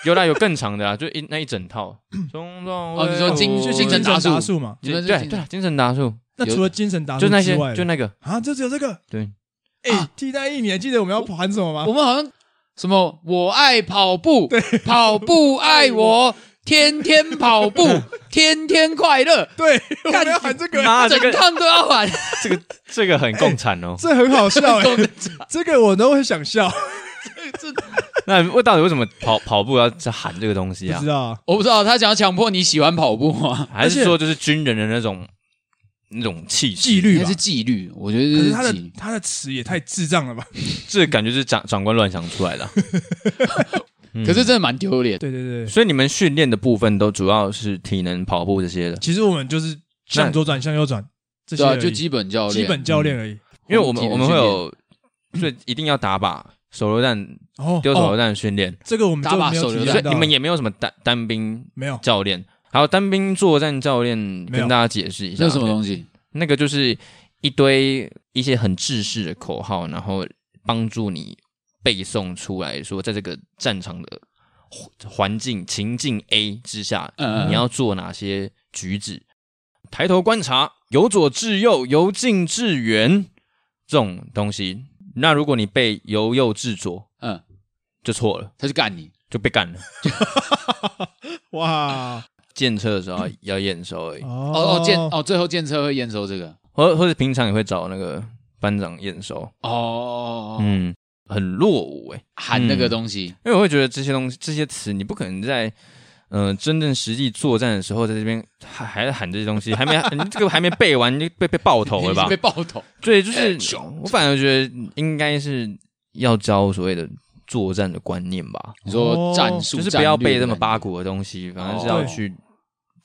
有啦，有更长的啦，啊就一那一整套。冲撞哦你说精威武就精神达达数嘛。你们是对精对啊，精神达数，那除了精神达数就那啊之些外，就那个啊，就只有这个。对，哎，替代役，你还记得我们要喊什么吗啊我？们好像什么我爱 [laughs] 跑步，跑步爱我，天天 [laughs] 跑步，天天快乐，对，我们要喊这个，妈 [laughs] 啊这整个趟都要玩。这个这个很共产哦。 [coughs] 这很好笑 [laughs] 哎，这这个我都会想笑。那为到底为什么跑跑步要喊这个东西不啊知？道啊，我不知道他想要强迫你喜欢跑步吗？ [laughs] 还而且是说就是军人的那种那种气纪息？律还吧是。纪律？我觉得可这是他是的纪律。他的词也太智障了吧？这感觉是长长官乱想出来的啊。嗯可是真的蛮丢脸的。对对对，所以你们训练的部分都主要是体能、跑步这些的，其实我们就是向左转向右转这些对啊，而已，就基本教练，基本教练而已。因为我们体能我们会训练有最一定要打靶、手榴弹、哦，丢手榴哦弹训练。这个我们就打靶没有手体榴所验以到，你们也没有什么单单兵没有教练，还有单兵作战教练，没有跟大家解释一下那是什么东西？那个就是一堆一些很制式的口号，然后帮助你背诵出来说，在这个战场的环环境情境 A 之下，嗯嗯嗯你要做哪些举止？抬头观察，由左至右，由近至远这种东西。那如果你被由右至左，嗯，就错了，他就干你，就被干了。哇检测的时嗯候要验收而已，哦哦哦，见哦，最后见车会验收这个，或或者平常也会找那个班长验收。哦，嗯，很落伍诶、含那个东西，因为我会觉得这些东西、这些词，你不可能在呃真正实际作战的时候，在这边还还在喊这些东西，还没 [laughs] 你这个还没背完，你就被被爆头了已经 [laughs] 吧被？爆头，对，哎就是我反而觉得应该是要教所谓的作战的观念吧，你说战哦术就是不要背这么八八股。股的东西，反而是哦哎要去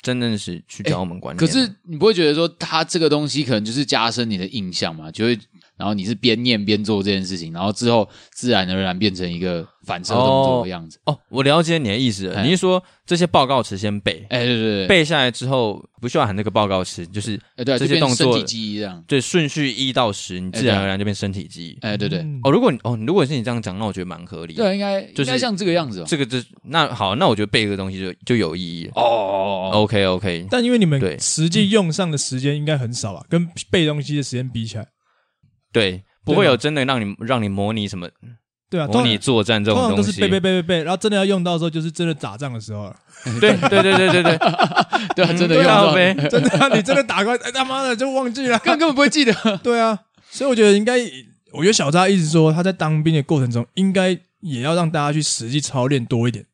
真正是去教我们观念。啊可是你不会觉得说他这个东西可能就是加深你的印象嘛？就会，然后你是边念边做这件事情，然后之后自然而然变成一个反射动作的样子。哦，我了解你的意思了，哎你是说这些报告词先背？哎、对对对，背下来之后，不需要喊这个报告词，就是哎、对啊，这就些变成动身作体记忆这样。对顺序一到十，你哎自对啊然而然就变身体记忆。哎、对对嗯哦，如果你哦，如果是你这样讲，那我觉得蛮合理的。对啊，应该、就是应该像这个样子吧。这个这那好，那我觉得背一个东西就就有意义了。哦哦哦 OK OK，但因为你对们实际用上的时间应该很少吧，跟背东西的时间比起来，对，不对会吧有真的让你让你模拟什么对啊，模通拟常作战这通种常都东是西。背背背背背，然后真的要用到的时候，就是真的打仗的时候了。对对对对对对，哦，对啊， [laughs] 真的嗯用对啊到，呗根真的 [laughs] 啊、你真的打过来，哎他妈的就忘记了。本根本不会记得。对啊，所以我觉得应该，我觉得小扎一直说他在当兵的过程中，应该也要让大家去实际操练多一点，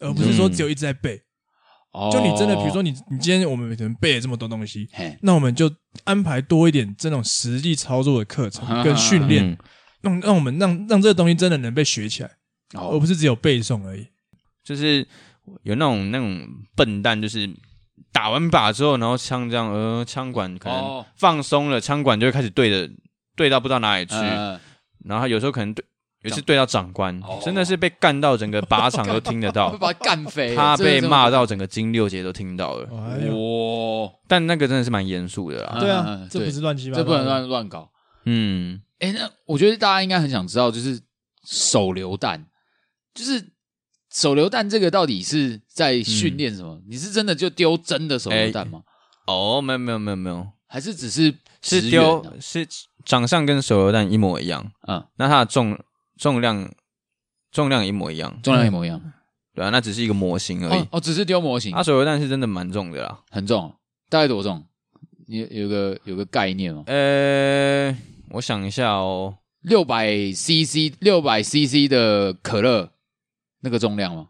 而不是嗯说只有一直在背。就你真的，比如说你，你，你今天我们可能背了这么多东西，哦嘿，那我们就安排多一点这种实际操作的课程啊跟训练，嗯，让让我们让让这个东西真的能被学起来，而哦不是只有背诵而已。就是有那种那种笨蛋，就是打完靶之后，然后枪这样，呃，枪管可能哦，放松了，枪管就会开始对着对到不知道哪里去，呃，然后有时候可能对。有一次对到嗯长官，哦哦真的是被干到整个靶场都听得到嗯会，把他干 [laughs] 飞。他真的被这么骂到整个金六节都听到了。哎呦，哇，但那个真的是蛮严肃的啦。对嗯啊嗯，这不是乱七八糟这的，哎不能乱乱搞。嗯，哎、那我觉得大家应该很想知道，就是手榴弹，就是手榴弹这个到底是在嗯训练什么？你是真的就丢真的手榴弹吗？哦，没有没有没有没有，啊还是只是是支援丢呢是长相跟手榴弹一模一样，嗯，那它的重重量重量一模一样，重量一模一样？对啊，那只是一个模型而哦已。啊哦，只是丢模型，它手榴弹是真的蛮重的啦，很重，大概多重？你有有个有个概念吗？呃，我想一下哦，六百 CC 六百 CC 的可乐那个重量吗？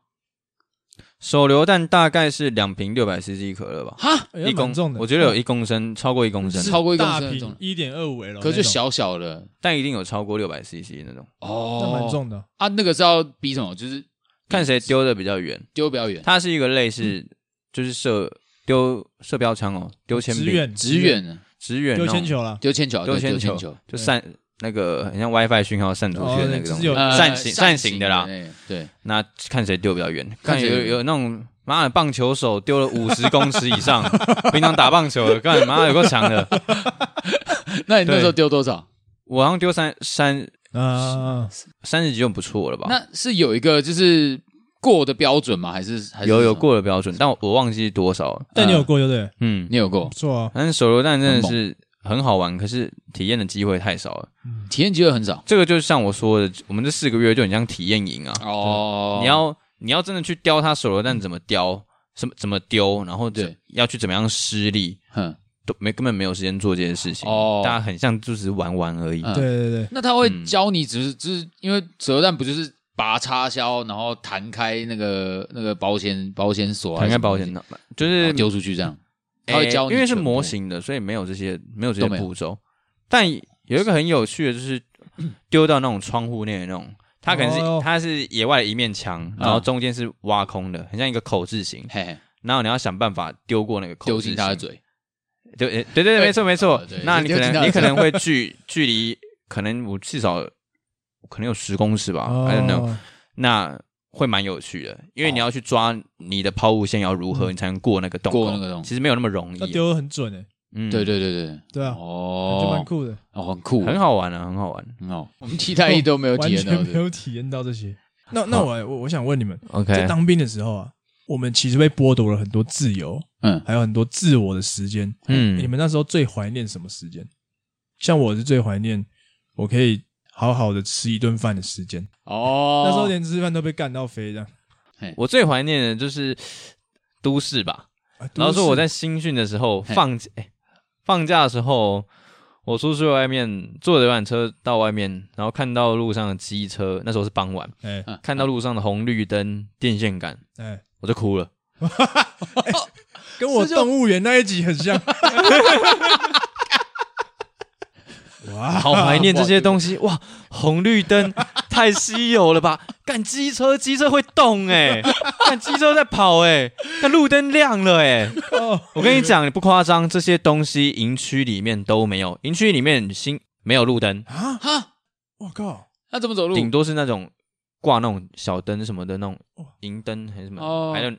手榴弹大概是两瓶六百 CC 可乐吧，哈，哎，一蛮公重的，我觉得有一公升，超过一公升，超过一公大升的瓶重量，一点二五 L，可是就那种小小的但一定有超过六百 CC 那种，哦那，蛮重的。啊。那个是要比什么？就是看谁丢的比较远。丢比较远。它是一个类嗯似就是射丢射标枪哦，丢铅直笔、远直远呢，直远哦丢那种铅球了，啊丢铅球，丢对铅丢球铅球，就散那个很像 WiFi 讯号散出去的那个东哦西，有呃扇形扇形形的啦哎对，那看谁丢比较远。看看谁有有有那种妈的棒球手丢了五十公尺以 [laughs] 上，平常打棒球的，干妈有够强的。那你那对时候丢多少？我好像丢三三啊，三十几就不错了吧？那是有一个就是过的标准吗？还是还是有有什么？过了标准，但我我忘记多少了。但你有过对不对？嗯，你有过不？啊错啊，但是手榴弹真的是很好玩，可是体验的机会太少了。体验机会很少这个就像我说的，我们这四个月就很像体验营啊。哦你要你要真的去雕它手榴弹怎么雕，什么怎么丢，然后怎对要去怎么样施力，嗯，都没根本没有时间做这些事情。哦大家很像就只是玩玩而已。嗯对对对，那他会嗯教你只是只是因为手榴弹不就是拔插销，然后弹开那个那个保险保险锁还弹是开什么保东西，险套，就然是后丢出去这样？嗯哦他会诶教你因为是全部模型的，所以没有这些没有这些都没有步骤。但有一个很有趣的，就是丢到那种窗户内的那种，它可能是、哦它是野外的一面墙，然后嗯中间是挖空的，很像一个口字形，嘿嘿，然后你要想办法丢过那个口丢字进形他的嘴，对诶对对对，没错没错呃对。那你可丢进他能的你可能会距 [laughs] 距离可能我至少可啊能有十公尺吧哦，I don't know。那会蛮有趣的，因为你要去抓你的抛物线要如何，你才能过那个洞口。过那个洞其实没有那么容那易。丢得很准诶，欸嗯，对，对对对，对啊，就蛮哦，酷的，哦，很酷，很好玩啊，很好玩。很好。我们替代役都没有完体验到全的，没有体验到这些。那那我我我想问你们，在 OK，当兵的时候啊，我们其实被剥夺了很多自由，嗯，还有很多自我的时间。嗯你们那时候最怀念什么时间？像我是最怀念我可以好好的吃一顿饭的时间。哦，那时候连吃饭都被干到飞的。我最怀念的就是都市吧。啊然后说都是我在新训的时候嘿放假、哎放假的时候，我出去外面坐着游览车到外面，然后看到路上的机车，那时候是傍晚，哎嗯看到路上的红绿灯、电线杆，哎，我就哭了。 [laughs] [laughs] 哎跟我动物园那一集很 [laughs] 像。哇，哦好怀念这些东啊西哇！红绿 [laughs] 灯太稀有了吧？干机车，机车会动 [laughs] 哎、干机车在跑哎、那路灯亮了哎、哦我跟你讲，你不夸张，这些东西营区里面都没有，营区里面新没有路灯，啊！哈，我靠，那怎么走路？顶多是那种挂那种小灯什么的那种哦银灯还是什么，哦还有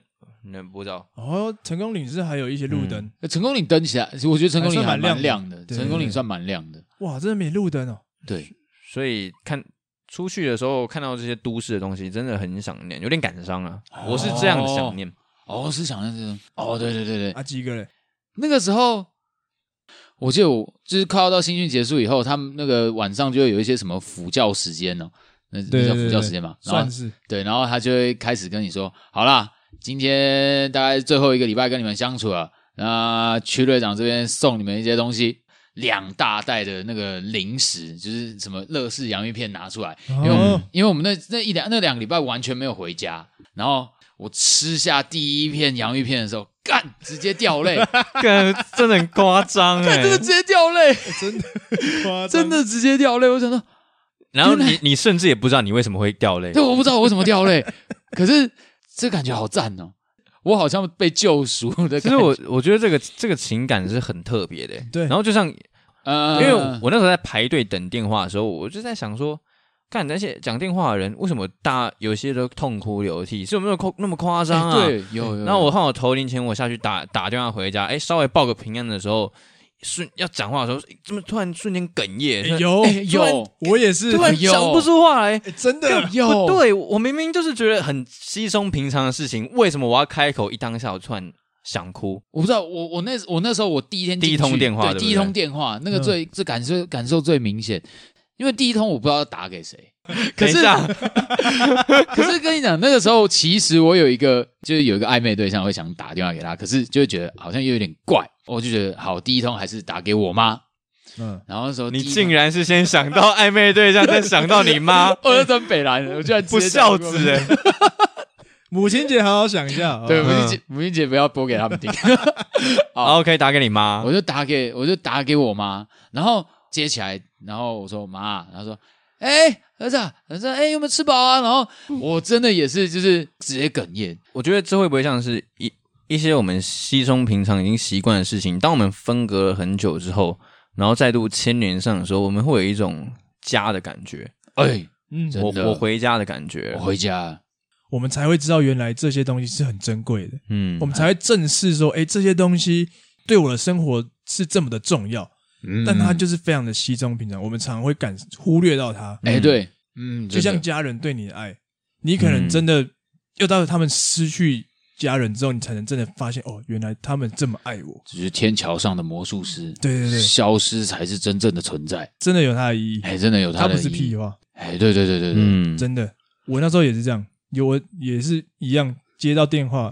那不知道。哦，成功岭是还有一些路灯，成功岭灯起来，我觉得成功岭还算还蛮蛮亮的，对成功岭算蛮亮的。哇，真的没路灯哦。对，所以看出去的时候看到这些都市的东西，真的很想念，有点感伤啊。我是这样的想念，哦，是想象这种。哦，对对对对，阿基哥嘞，那个时候，我记得我就是快要到新训结束以后，他们那个晚上就会有一些什么辅教时间哦，那对那叫对辅对教对时间嘛，然算后是对，然后他就会开始跟你说，好啦，今天大概最后一个礼拜跟你们相处了，那区队长这边送你们一些东西。两大袋的那个零食，就是什么乐事洋芋片拿出来，因为我们、哦因为我们那那一两那两个礼拜完全没有回家，然后我吃下第一片洋芋片的时候，干直接 [laughs] 掉泪，干 [laughs] 真的很夸张 [laughs] 哎，真的直接掉泪，真的 [laughs] 夸张真的直接掉泪。我想说，然后你你甚至也不知道你为什么会掉泪对，，我不知道我为什么掉泪，可是这感觉好赞哦，我好像被救赎的感觉。其实我我觉得这个这个情感是很特别的。对然后就像因呃，为我那时候在排队等电话的时候，我就在想说，看那些讲电话的人为什么大家有些都痛哭流涕，是有没有夸那么夸张啊？。哎对有有，然后我换我投零钱，我下去打打电话回家，哎，稍微报个平安的时候，瞬要讲话的时候，诶怎么突然瞬间哽咽？哎有哎突然有我也是突，然哎呦讲不出话来。哎真的 [laughs] 不有，对，我明明就是觉得很稀松平常的事情，为什么我要开口一当下我突然想哭？我不知道，我我那我那时候我第一天进去第一通电话对对不对嗯第一通电话那个最这感受感受最明显，因为第一通我不知道要打给谁，可等一是下 [laughs] 可是跟你讲，那个时候其实我有一个，就是有一个暧昧对象，会想打电话给他，可是就会觉得好像又有点怪，我就觉得好，第一通还是打给我妈。嗯，然后那时候你第一通，竟，然是先想到暧昧对象，再想到你妈 [laughs] 我是哦真北兰，我居然不直接打孝给我子哎、母亲节好好想一下，妈。 [laughs] 对，母哦亲节，母亲节不要播给他们听。 [laughs] 然后可以打给你妈我，就打给，我就打给我妈，然后接起来，然后我说妈，然后说，哎、儿子啊，儿子啊，哎、有没有吃饱啊？然后我真的也是，就是直接哽咽。我觉得这会不会像是一一些我们稀松平常已经习惯的事情？当我们分隔了很久之后，然后再度牵连上的时候，我们会有一种家的感觉，哎、嗯，真我的我回家的感觉我，回家，我们才会知道原来这些东西是很珍贵的，嗯我，们才会正视说，哎，这些东西对我的生活是这么的重要，嗯但它就是非常的稀松平常，我们常会感忽略到它，哎、对，嗯，就像真的家人对你的爱，你可能嗯真的要到他们失去家人之后，你才能真的发现，哦，原来他们这么爱我，只是天桥上的魔术师，对对对消失才是真正的存在。真的有它的意义，哎、真的有它的不意义是屁，话。哎、对对对对对，嗯，真的，我那时候也是这样，有我也是一样，接到电话，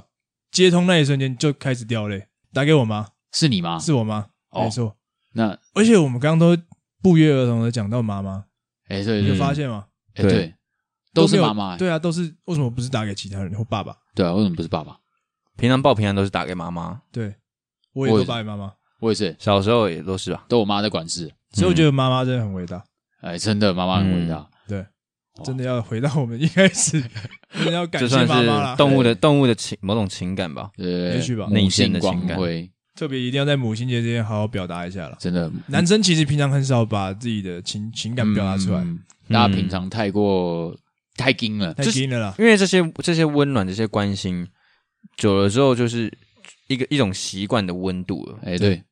接通那一瞬间就开始掉泪，打给我妈，是你吗？是我妈，哦没错。那而且我们刚刚都不约而同的讲到妈妈，哎、对你有对，发现吗？哎、对对，都是没有妈妈、哎对啊，都是为什么不是打给其他人或爸爸？对啊，为什么不是爸爸？平常报平安都是打给妈妈，对，我也我都也打给妈妈，我也是，小时候也都是啊，都我妈在管事。所以我觉得妈妈真的很伟大。哎、真的，妈妈很伟大。嗯对，[laughs] 哇真的要回到我们一开始， [laughs] 真的要感这谢算妈妈啦是。动物的动物的情某种情感吧。对，也许吧嗯内母心性的光情感辉，特别一定要在母亲节这天好好表达一下了。真的男生其实平常很少把自己的情情感表达出来，嗯大家平常太过太硬了，太就是硬了啦。因为这些这些温暖、这些关心，久了之后就是一个一种习惯的温度了。哎，对，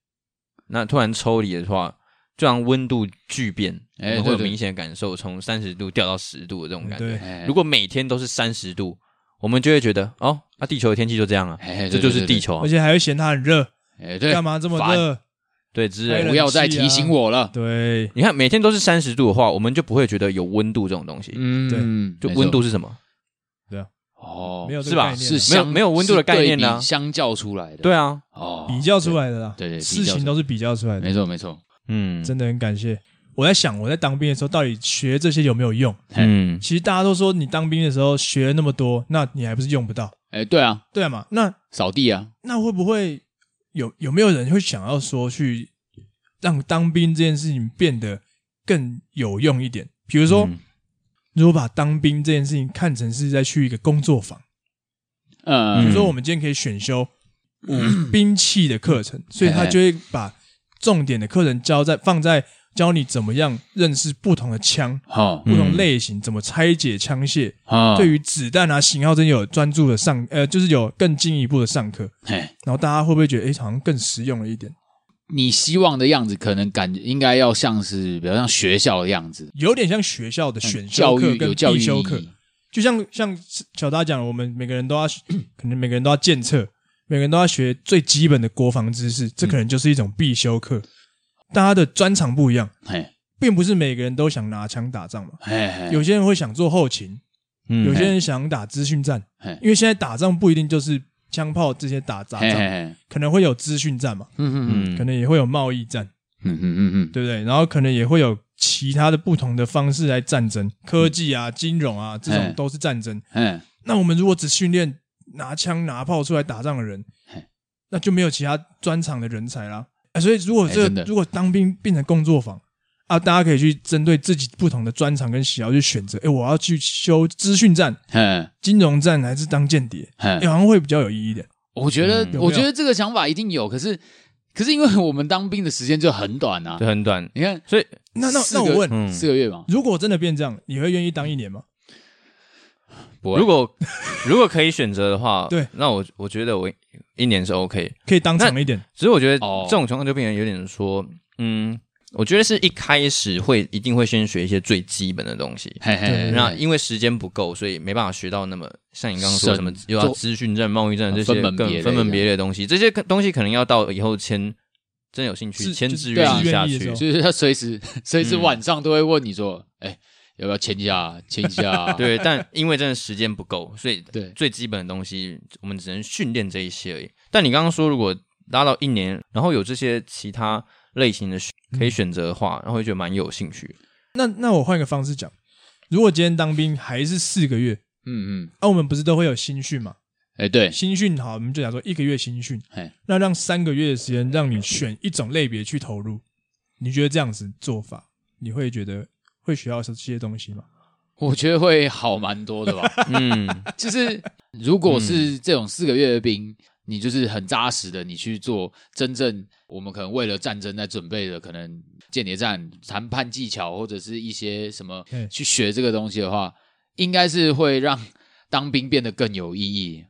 那突然抽离的话，就让温度巨变，哎我们会有对对明显的感受，从三十度掉到十度的这种感觉。对，哎如果每天都是三十度，我们就会觉得哦，那、地球的天气就这样啊，哎这对就是对对地球啊、而且还会嫌它很热，哎对，干嘛这么烦热？对之还类有的人不要再提醒我了。对，你看，每天都是三十度的话，我们就不会觉得有温度这种东西。嗯，就没错温度是什么？哦，没有这是个吧概念是啊没有相没有温度的是概对念啊比相较出来的。对啊，哦，比较出来的啦。对对对比较事出来情都是比较出来的。没错没错，嗯，真的很感谢。我在想，我在当兵的时候到底学这些有没有用？哎嗯，其实大家都说你当兵的时候学了那么多，那你还不是用不到，哎对啊，对嘛？那扫地啊，那会不会有有没有人会想要说去让当兵这件事情变得更有用一点？比如说，嗯如果把当兵这件事情看成是在去一个工作坊，比嗯如说我们今天可以选修五兵器的课嗯程，所以他就会把重点的课程教在放在教你怎么样认识不同的枪、好不同类型，怎么拆解枪械，嗯啊，对于子弹啊型号真的有专注的上，呃，就是有更进一步的上课。哎，然后大家会不会觉得，哎，好像更实用了一点？你希望的样子，可能感觉应该要像是，比如像学校的样子，有点像学校的选修教课育跟有教育必意修课义，，就像像小达讲，我们每个人都要， [clears throat] 可能每个人都要检测，每个人都要学最基本的国防知识，这可能就是一种必修课。大家的专长不一样，哎并不是每个人都想拿枪打仗嘛。哎，有些人会想做后勤，嗯有些人想打资讯战嘿，因为现在打仗不一定就是枪炮这些打杂嘿嘿仗，嘿，可能会有资讯战嘛，嗯嗯嗯嗯可能也会有贸易战，嗯嗯嗯对不对？然后可能也会有其他的不同的方式来战争，科技啊、金融啊，这种嘿都是战争。嗯，那我们如果只训练拿枪拿炮出来打仗的人嘿，那就没有其他专长的人才啦。哎所以如果哎这真个的如果当兵变成工作坊啊，大家可以去针对自己不同的专长跟喜好去选择。哎，我要去修资讯站、嗯金融站，还是当间谍？嗯哎，，好像会比较有意义一点。我觉得嗯有我没有觉得这个想法一定有，可是可是因为我们当兵的时间就很短啊就，很短，你看所以那那四那个我问，嗯，四个月嘛，如果真的变这样，你会愿意当一年吗？嗯不会如果如果可以选择的话，对，那我我觉得我一年是 OK，可以当长一点，只是我觉得哦这种情况就变成有点说，嗯，我觉得是一开始会一定会先学一些最基本的东西，嘿嘿嘿，对那嘿因为时间不够，所以没办法学到那么像你刚刚说深什么又要资讯证、贸易证这些分门更别类分门别类的东西，这些东西可能要到以后签真有兴趣是签就志对愿啊下自愿意的时去候，就是他随时 [laughs] 随时嗯晚上都会问你说，哎，要不要签一下，签一下， [laughs] 对，但因为真的时间不够，所以对最基本的东西我们只能训练这一些而已。但你刚刚说，如果拉到一年，然后有这些其他类型的选可以选择的话，然后会觉得蛮有兴趣。那那我换一个方式讲，如果今天当兵还是四个月，嗯嗯，那、我们不是都会有新训嘛？哎对，新训好，我们就讲说一个月新训嘿，那让三个月的时间让你选一种类别去投入，你觉得这样子做法，你会觉得会学到这些东西吗？我觉得会好蛮 [laughs] 多的吧。嗯，就是如果是这种四个月的兵，你就是很扎实的，你去做真正我们可能为了战争在准备的，可能间谍战、谈判技巧或者是一些什么对去学这个东西的话，应该是会让当兵变得更有意义。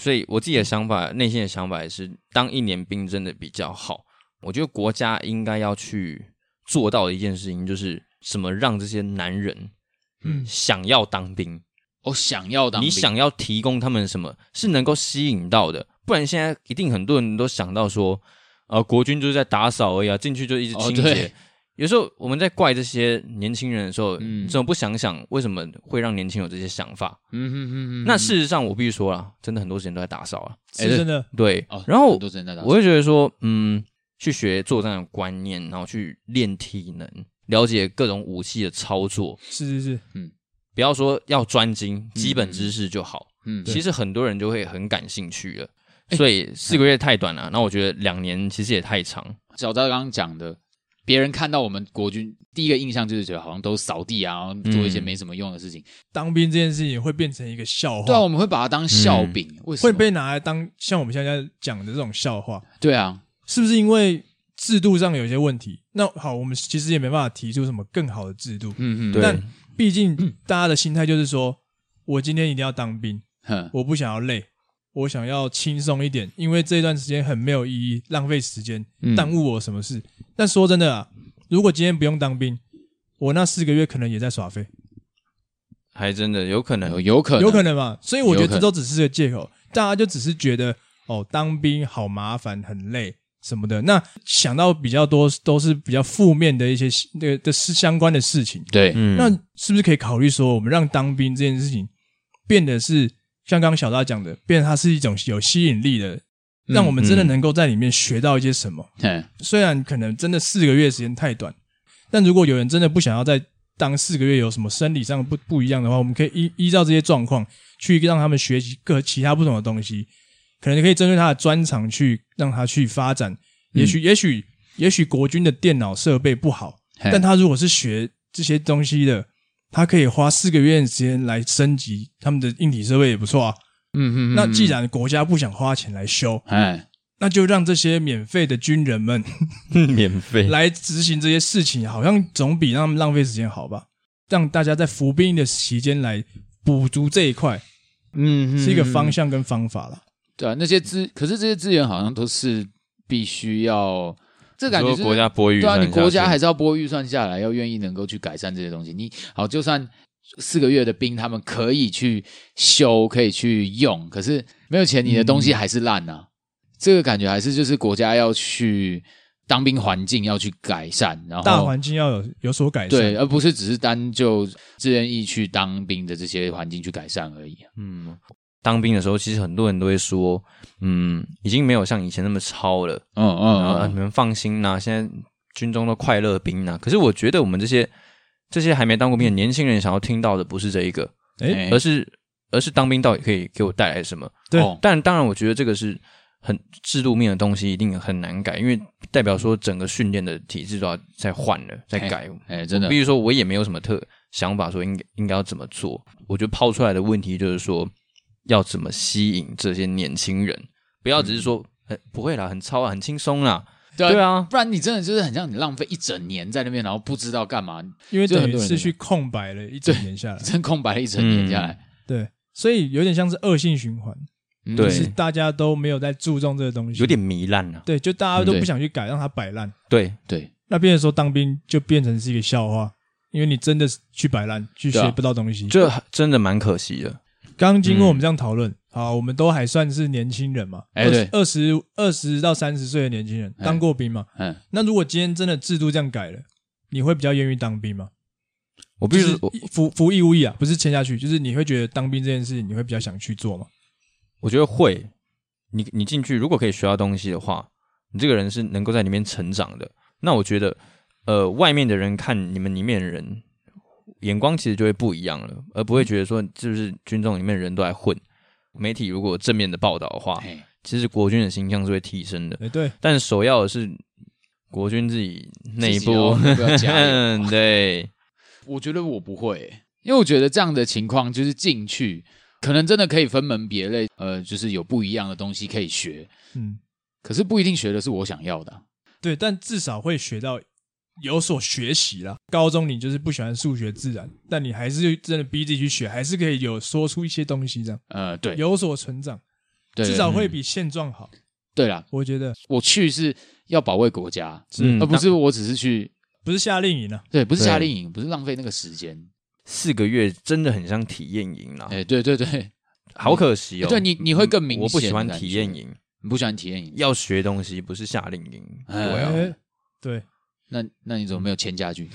所以我自己的想法，内心的想法也是，当一年兵真的比较好。我觉得国家应该要去做到的一件事情，就是什么让这些男人嗯，想要当兵，我、想要当兵，你想要提供他们什么是能够吸引到的？不然现在一定很多人都想到说，呃，国军就是在打扫而已啊，进去就一直哦清洁。对有时候我们在怪这些年轻人的时候，嗯怎么不想想为什么会让年轻人有这些想法？嗯哼哼哼，那事实上，我必须说啦，真的很多时间都在打扫啊。哎是对真的，对，哦，然后很多人在打我会觉得说，嗯，去学作战的观念，然后去练体能，了解各种武器的操作，是是是，不要说要专精，基本知识就好。嗯，其实很多人就会很感兴趣了。所以四个月太短了，那我觉得两年其实也太长。小赵刚刚讲的，别人看到我们国军第一个印象就是觉得好像都扫地啊，然后做一些嗯没什么用的事情。当兵这件事情会变成一个笑对啊，话，我们会把它当笑柄，为什么嗯会被拿来当像我们现在讲的这种笑话，对啊，是不是因为制度上有一些问题？那好，我们其实也没办法提出什么更好的制度，嗯嗯，对但嗯毕竟大家的心态就是说，我今天一定要当兵，哼我不想要累，我想要轻松一点，因为这段时间很没有意义，浪费时间，嗯耽误我什么事？但说真的啊，如果今天不用当兵，我那四个月可能也在耍废，还真的有可有能。有可能，有可能嘛？所以我觉有得可这能都只是个借口，大家就只是觉得哦，当兵好麻烦，很累什么的。那想到比较多都是比较负面的一些那个的事相关的事情。对，嗯，那是不是可以考虑说，我们让当兵这件事情变得是像刚刚小大讲的，变得它是一种有吸引力的，让我们真的能够在里面学到一些什么？嗯，虽然可能真的四个月时间太短，但如果有人真的不想要再当四个月有什么生理上不不一样的话，我们可以依依照这些状况去让他们学习各其他不同的东西，可能可以针对他的专长去让他去发展。嗯也许，也许，也许国军的电脑设备不好，嘿但他如果是学这些东西的，他可以花四个月的时间来升级他们的硬体设备，也不错啊。嗯嗯，那既然国家不想花钱来修，哎，那就让这些免费的军人们免费来执行这些事情，好像总比让他们浪费时间好吧？让大家在服兵役的期间来补足这一块，嗯是一个方向。向跟方法了。对啊，那些资，可是这些资源好像都是必须要，这感觉说就是国家拨预对啊，算下去，你国家还是要拨预算下来，要愿意能够去改善这些东西。你好，就算四个月的兵，他们可以去修，可以去用，可是没有钱，你的东西还是烂呐、啊这个感觉还是就是国家要去当兵环境要去改善，然后大环境要有有所改善。哦对，而不是只是单就自愿意去当兵的这些环境去改善而已、啊嗯，当兵的时候，其实很多人都会说，嗯，已经没有像以前那么超了。嗯然后、啊嗯你们放心啦、现在军中都快乐兵啦、可是我觉得我们这些这些还没当过兵的年轻人，想要听到的不是这一个，哎、哎而是而是当兵到底可以给我带来什么？对哦但当然，我觉得这个是很制度面的东西，一定很难改，因为代表说整个训练的体制都要再换了，再哎改。哎，真的比，如说，我也没有什么特想法，说应该应该要怎么做。我觉得抛出来的问题就是说，要怎么吸引这些年轻人，不要只是说，呃、不会啦，很超啊，很轻松啦。对啊不然你真的就是很像你浪费一整年在那边，然后不知道干嘛，因为就等很于多人是去空白了一整年下来，真空白了一整年下来。对，所以有点像是恶性循环，嗯对就是大家都没有在注重这个东西，有点糜烂啊。对，就大家都嗯不对想去改，让它摆烂。对，对，那变成说当兵就变成是一个笑话，因为你真的是去摆烂，去对啊学不到东西。这真的蛮可惜的。刚刚经过嗯我们这样讨论，好，我们都还算是年轻人嘛，哎二对二十二十到三十岁的年轻人哎当过兵嘛。嗯，那如果今天真的制度这样改了，你会比较愿意当兵吗？我必就须是我，服服义务役啊，不是签下去，就是你会觉得当兵这件事情，你会比较想去做吗？我觉得会。你你进去，如果可以学到东西的话，你这个人是能够在里面成长的。那我觉得，呃，外面的人看你们里面的人，眼光其实就会不一样了，而不会觉得说，就是军中里面的人都在混。媒体如果有正面的报道的话，哎，其实国军的形象是会提升的。哎，对，但首要的是国军自己内自己部， [laughs] 哦要不要加油嗯，对，我觉得我不会、因为我觉得这样的情况就是进去，可能真的可以分门别类，呃，就是有不一样的东西可以学，嗯，可是不一定学的是我想要的啊。对，但至少会学到有所学习啦。高中你就是不喜欢数学、自然，但你还是真的逼自己去学，还是可以有说出一些东西，这样呃，对，有所成长，对至少嗯会比现状好。对啦，我觉得我去是要保卫国家，嗯而不是我只是去，不是夏令营啊，对，不是对夏令营，不是浪费那个时间。四个月真的很像体验营啦，哎，对对对，好可惜哦。对你你会更明显我不喜欢体验营，你不喜欢体验营，要学东西不是夏令营。哎对啊，哎对，那那你怎么没有签家具？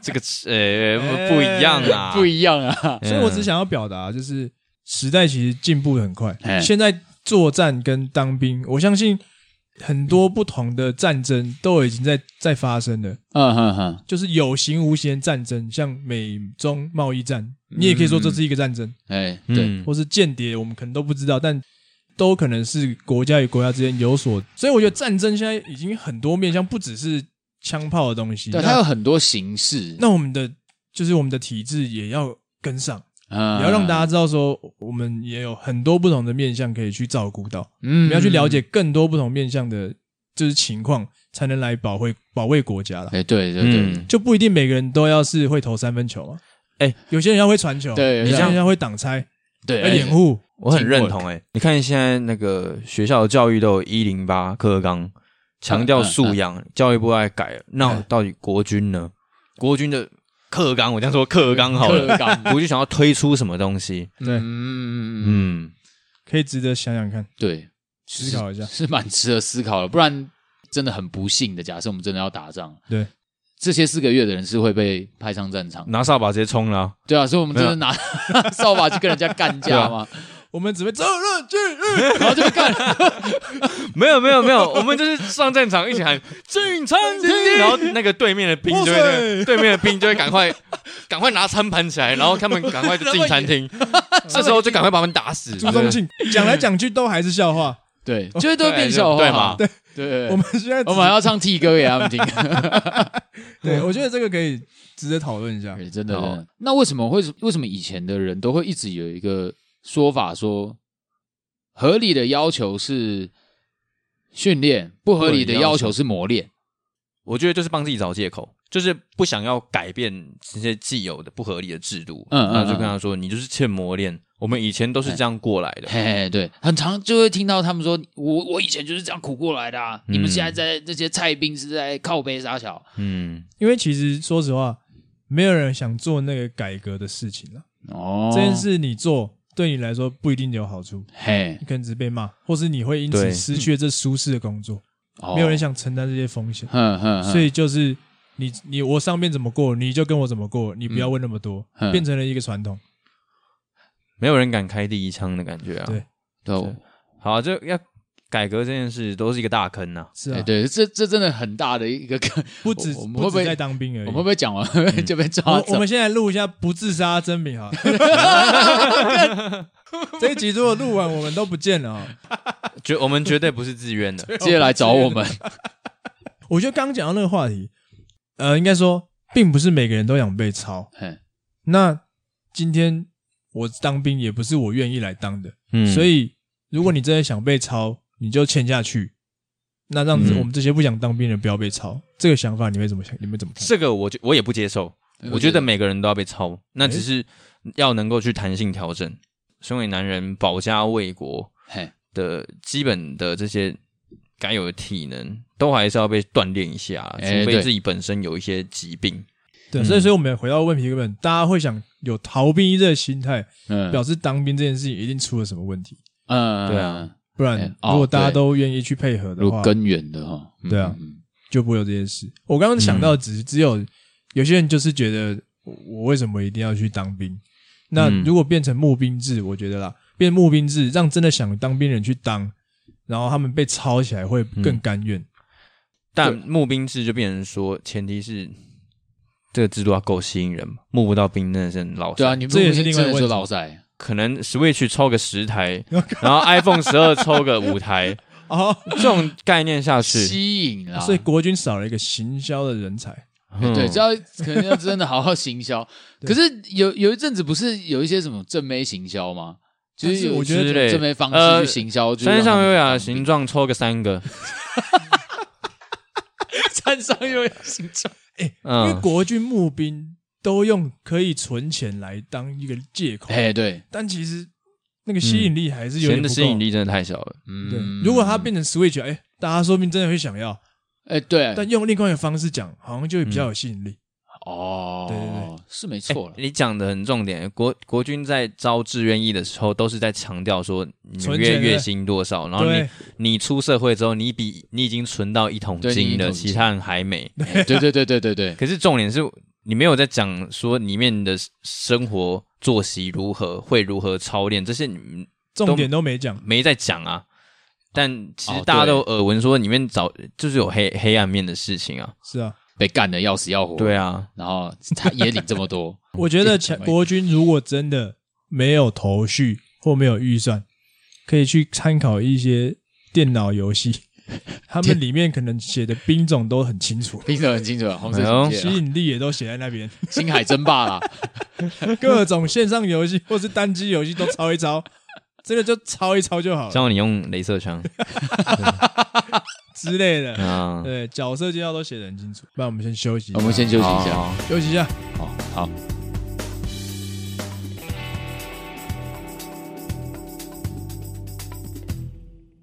这个呃不一样 [laughs] 啊，不一样啊，嗯所以我只想要表达，就是时代其实进步得很快哎。现在作战跟当兵，我相信很多不同的战争都已经在在发生了， [laughs] 嗯哼哼，就是有形无形的战争，像美中贸易战，你也可以说这是一个战争，哎，对，嗯，或是间谍，我们可能都不知道，但。都可能是国家与国家之间有所，所以我觉得战争现在已经很多面向，不只是枪炮的东西。对，那它有很多形式，那我们的就是我们的体制也要跟上，嗯也要让大家知道说，我们也有很多不同的面向可以去照顾到，嗯你要去了解更多不同面向的，就是情况，才能来保卫保卫国家了。哎，对对对，嗯就不一定每个人都要是会投三分球嘛，哎，有些人要会传球，对有些像人要会挡拆，对，哎要掩护，我很认 Teamwork 同哎、你看现在那个学校的教育都有一零八课纲，强调素养，教育部爱改了。那到底国军呢？国军的课纲，我这样说课纲好课了， [laughs] 纲国军想要推出什么东西？对，嗯，嗯，可以值得想想看，对，思考一下。是蛮值得思考的，不然真的很不幸的。假设我们真的要打仗，对，嗯这些四个月的人是会被派上战场的，拿扫把直接冲了啊、对啊，所以我们真的拿 [laughs] 扫把去跟人家干啊架吗？我们只会走了去，嗯然后就被干了，没有没有没有，我们就是上战场一起喊“进餐厅”，然后那个对面的兵就会哇那塞个，对面的兵就会赶快 [laughs] 赶快拿餐盘起来，然后他们赶快就进餐 [laughs] 厅，这时候就赶快把他们打死。朱宗庆讲来讲去都还是笑话。 [laughs] 对，就会都会变笑话，对嘛？对对，我我们们现在只我们还要唱 T 歌给他们听，对，我觉得这个可以值得讨论一下。对真的。好真的那为什么会为什么以前的人都会一直有一个说法说，合理的要求是训练，不合理的要求是磨练？我觉得就是帮自己找借口，就是不想要改变这些既有的不合理的制度。嗯嗯那就嗯跟他说，你就是欠磨练，我们以前都是这样过来的。嘿嘿，对，很常就会听到他们说，我我以前就是这样苦过来的、啊，嗯你们现在在这些菜兵是在靠背傻小，嗯，因为其实说实话，没有人想做那个改革的事情了。哦这件，事你做，对你来说不一定有好处，嘿你，可能只是被骂，或是你会因对此失去了这舒适的工作。哦嗯没有人，想承担这些风险，哼哼，哼所以就是你你我上面怎么过，你就跟我怎么过，你不要问那么多，嗯变成了一个传统。没有人敢开第一枪的感觉啊。对对我好，就要改革这件事都是一个大坑 [laughs] 呐、是哎啊，对，这这真的很大的一个，不止我我们不会不会止在当兵而已。我们会不会讲完会 [laughs] 就被抓嗯我走？我们现在录一下不自杀真名啊。 [laughs] 这一集如果录完我们都不见了啊！绝我们绝对不是自愿的。接下来找我们，我觉得刚刚讲到那个话题，呃，应该说并不是每个人都想被抄。嘿那今天我当兵也不是我愿意来当的，嗯所以如果你真的想被抄，你就签下去。那让嗯我们这些不想当兵的不要被抄，这个想法你会怎么想？你们怎么看？这个我就我也不接受，我觉得每个人都要被操，那只是要能够去弹性调整。身为男人，保家卫国嘿，的基本的这些该有的体能，都还是要被锻炼一下，除哎非对自己本身有一些疾病。对，嗯所以所以我们回到问题根本，大家会想有逃兵役这个心态，嗯表示当兵这件事情一定出了什么问题。嗯，对啊，不哎然，哦如果大家都愿意去配合的如话，根源的哈，嗯对啊，嗯就不会有这件事。我刚刚想嗯到只只有有些人就是觉得我我为什么一定要去当兵？那嗯如果变成募兵制，我觉得啦，变募兵制让真的想当兵人去当，然后他们被抄起来会嗯更甘愿。但募兵制就变成说，前提是这个制度要够吸引人嘛，募不到兵真的是很老实。对啊，你这也是另外一个问题说老塞，可能 Switch 抽个十 [laughs] 台，然后 iPhone 十二抽个五台，哦，这种概念下去，吸引啊 [laughs] 啦，哎所以国军少了一个行销的人才。嗯对，这要可能要真的好好行销。可是有有一阵子不是有一些什么正妹行销吗？就但是有我觉得之类正妹方式呃去行销，就是山让上他们优雅当形兵，状抽个三 [laughs] 个，山上优雅形 [laughs] 状，因为嗯，国军募兵都用可以存钱来当一个借口，哎，对，但其实那个吸引力还是嗯有钱点的不吸够引。力真的太小了。对嗯，，如果它变成 Switch，哎、大家说不定真的会想要，哎，对，但用另外一个方式讲，好像就会比较有吸引力。哦，对对对，是没错了，哎你讲的很重点，国国军在招志愿役的时候，都是在强调说你存们月钱对月薪多少，然后对哎哦你，你出社会之后，你比你已经存到一桶对你一金桶了，金其他人还没。哎对对对对对 [laughs] 对，可是重点是你没有在讲说里面的生活作息如何，会如何操练，这些你重点都没讲。没在讲啊。但其实哦大家都有耳闻说里面早就是有黑黑暗面的事情啊。是啊，被干的要死要活，对啊，然后他也领这么多， [laughs] 我觉得这强怎么国军如果真的没有头绪或没有预算，可以去参考一些电脑游戏， [laughs] 他们里面可能写的兵种都很清楚，听得很清楚，红色哎呦警戒吸啊，引力也都写在那边， [laughs] 星海争霸啦，各种线上游戏 [laughs] 或是单机游戏都抄一抄， [laughs] 真的就抄一抄就好了像你用镭射枪之类的。 [laughs] 啊，对，角色介绍都写的很清楚。那我们先休息一下，我们先休息一好下，休息一下。好好。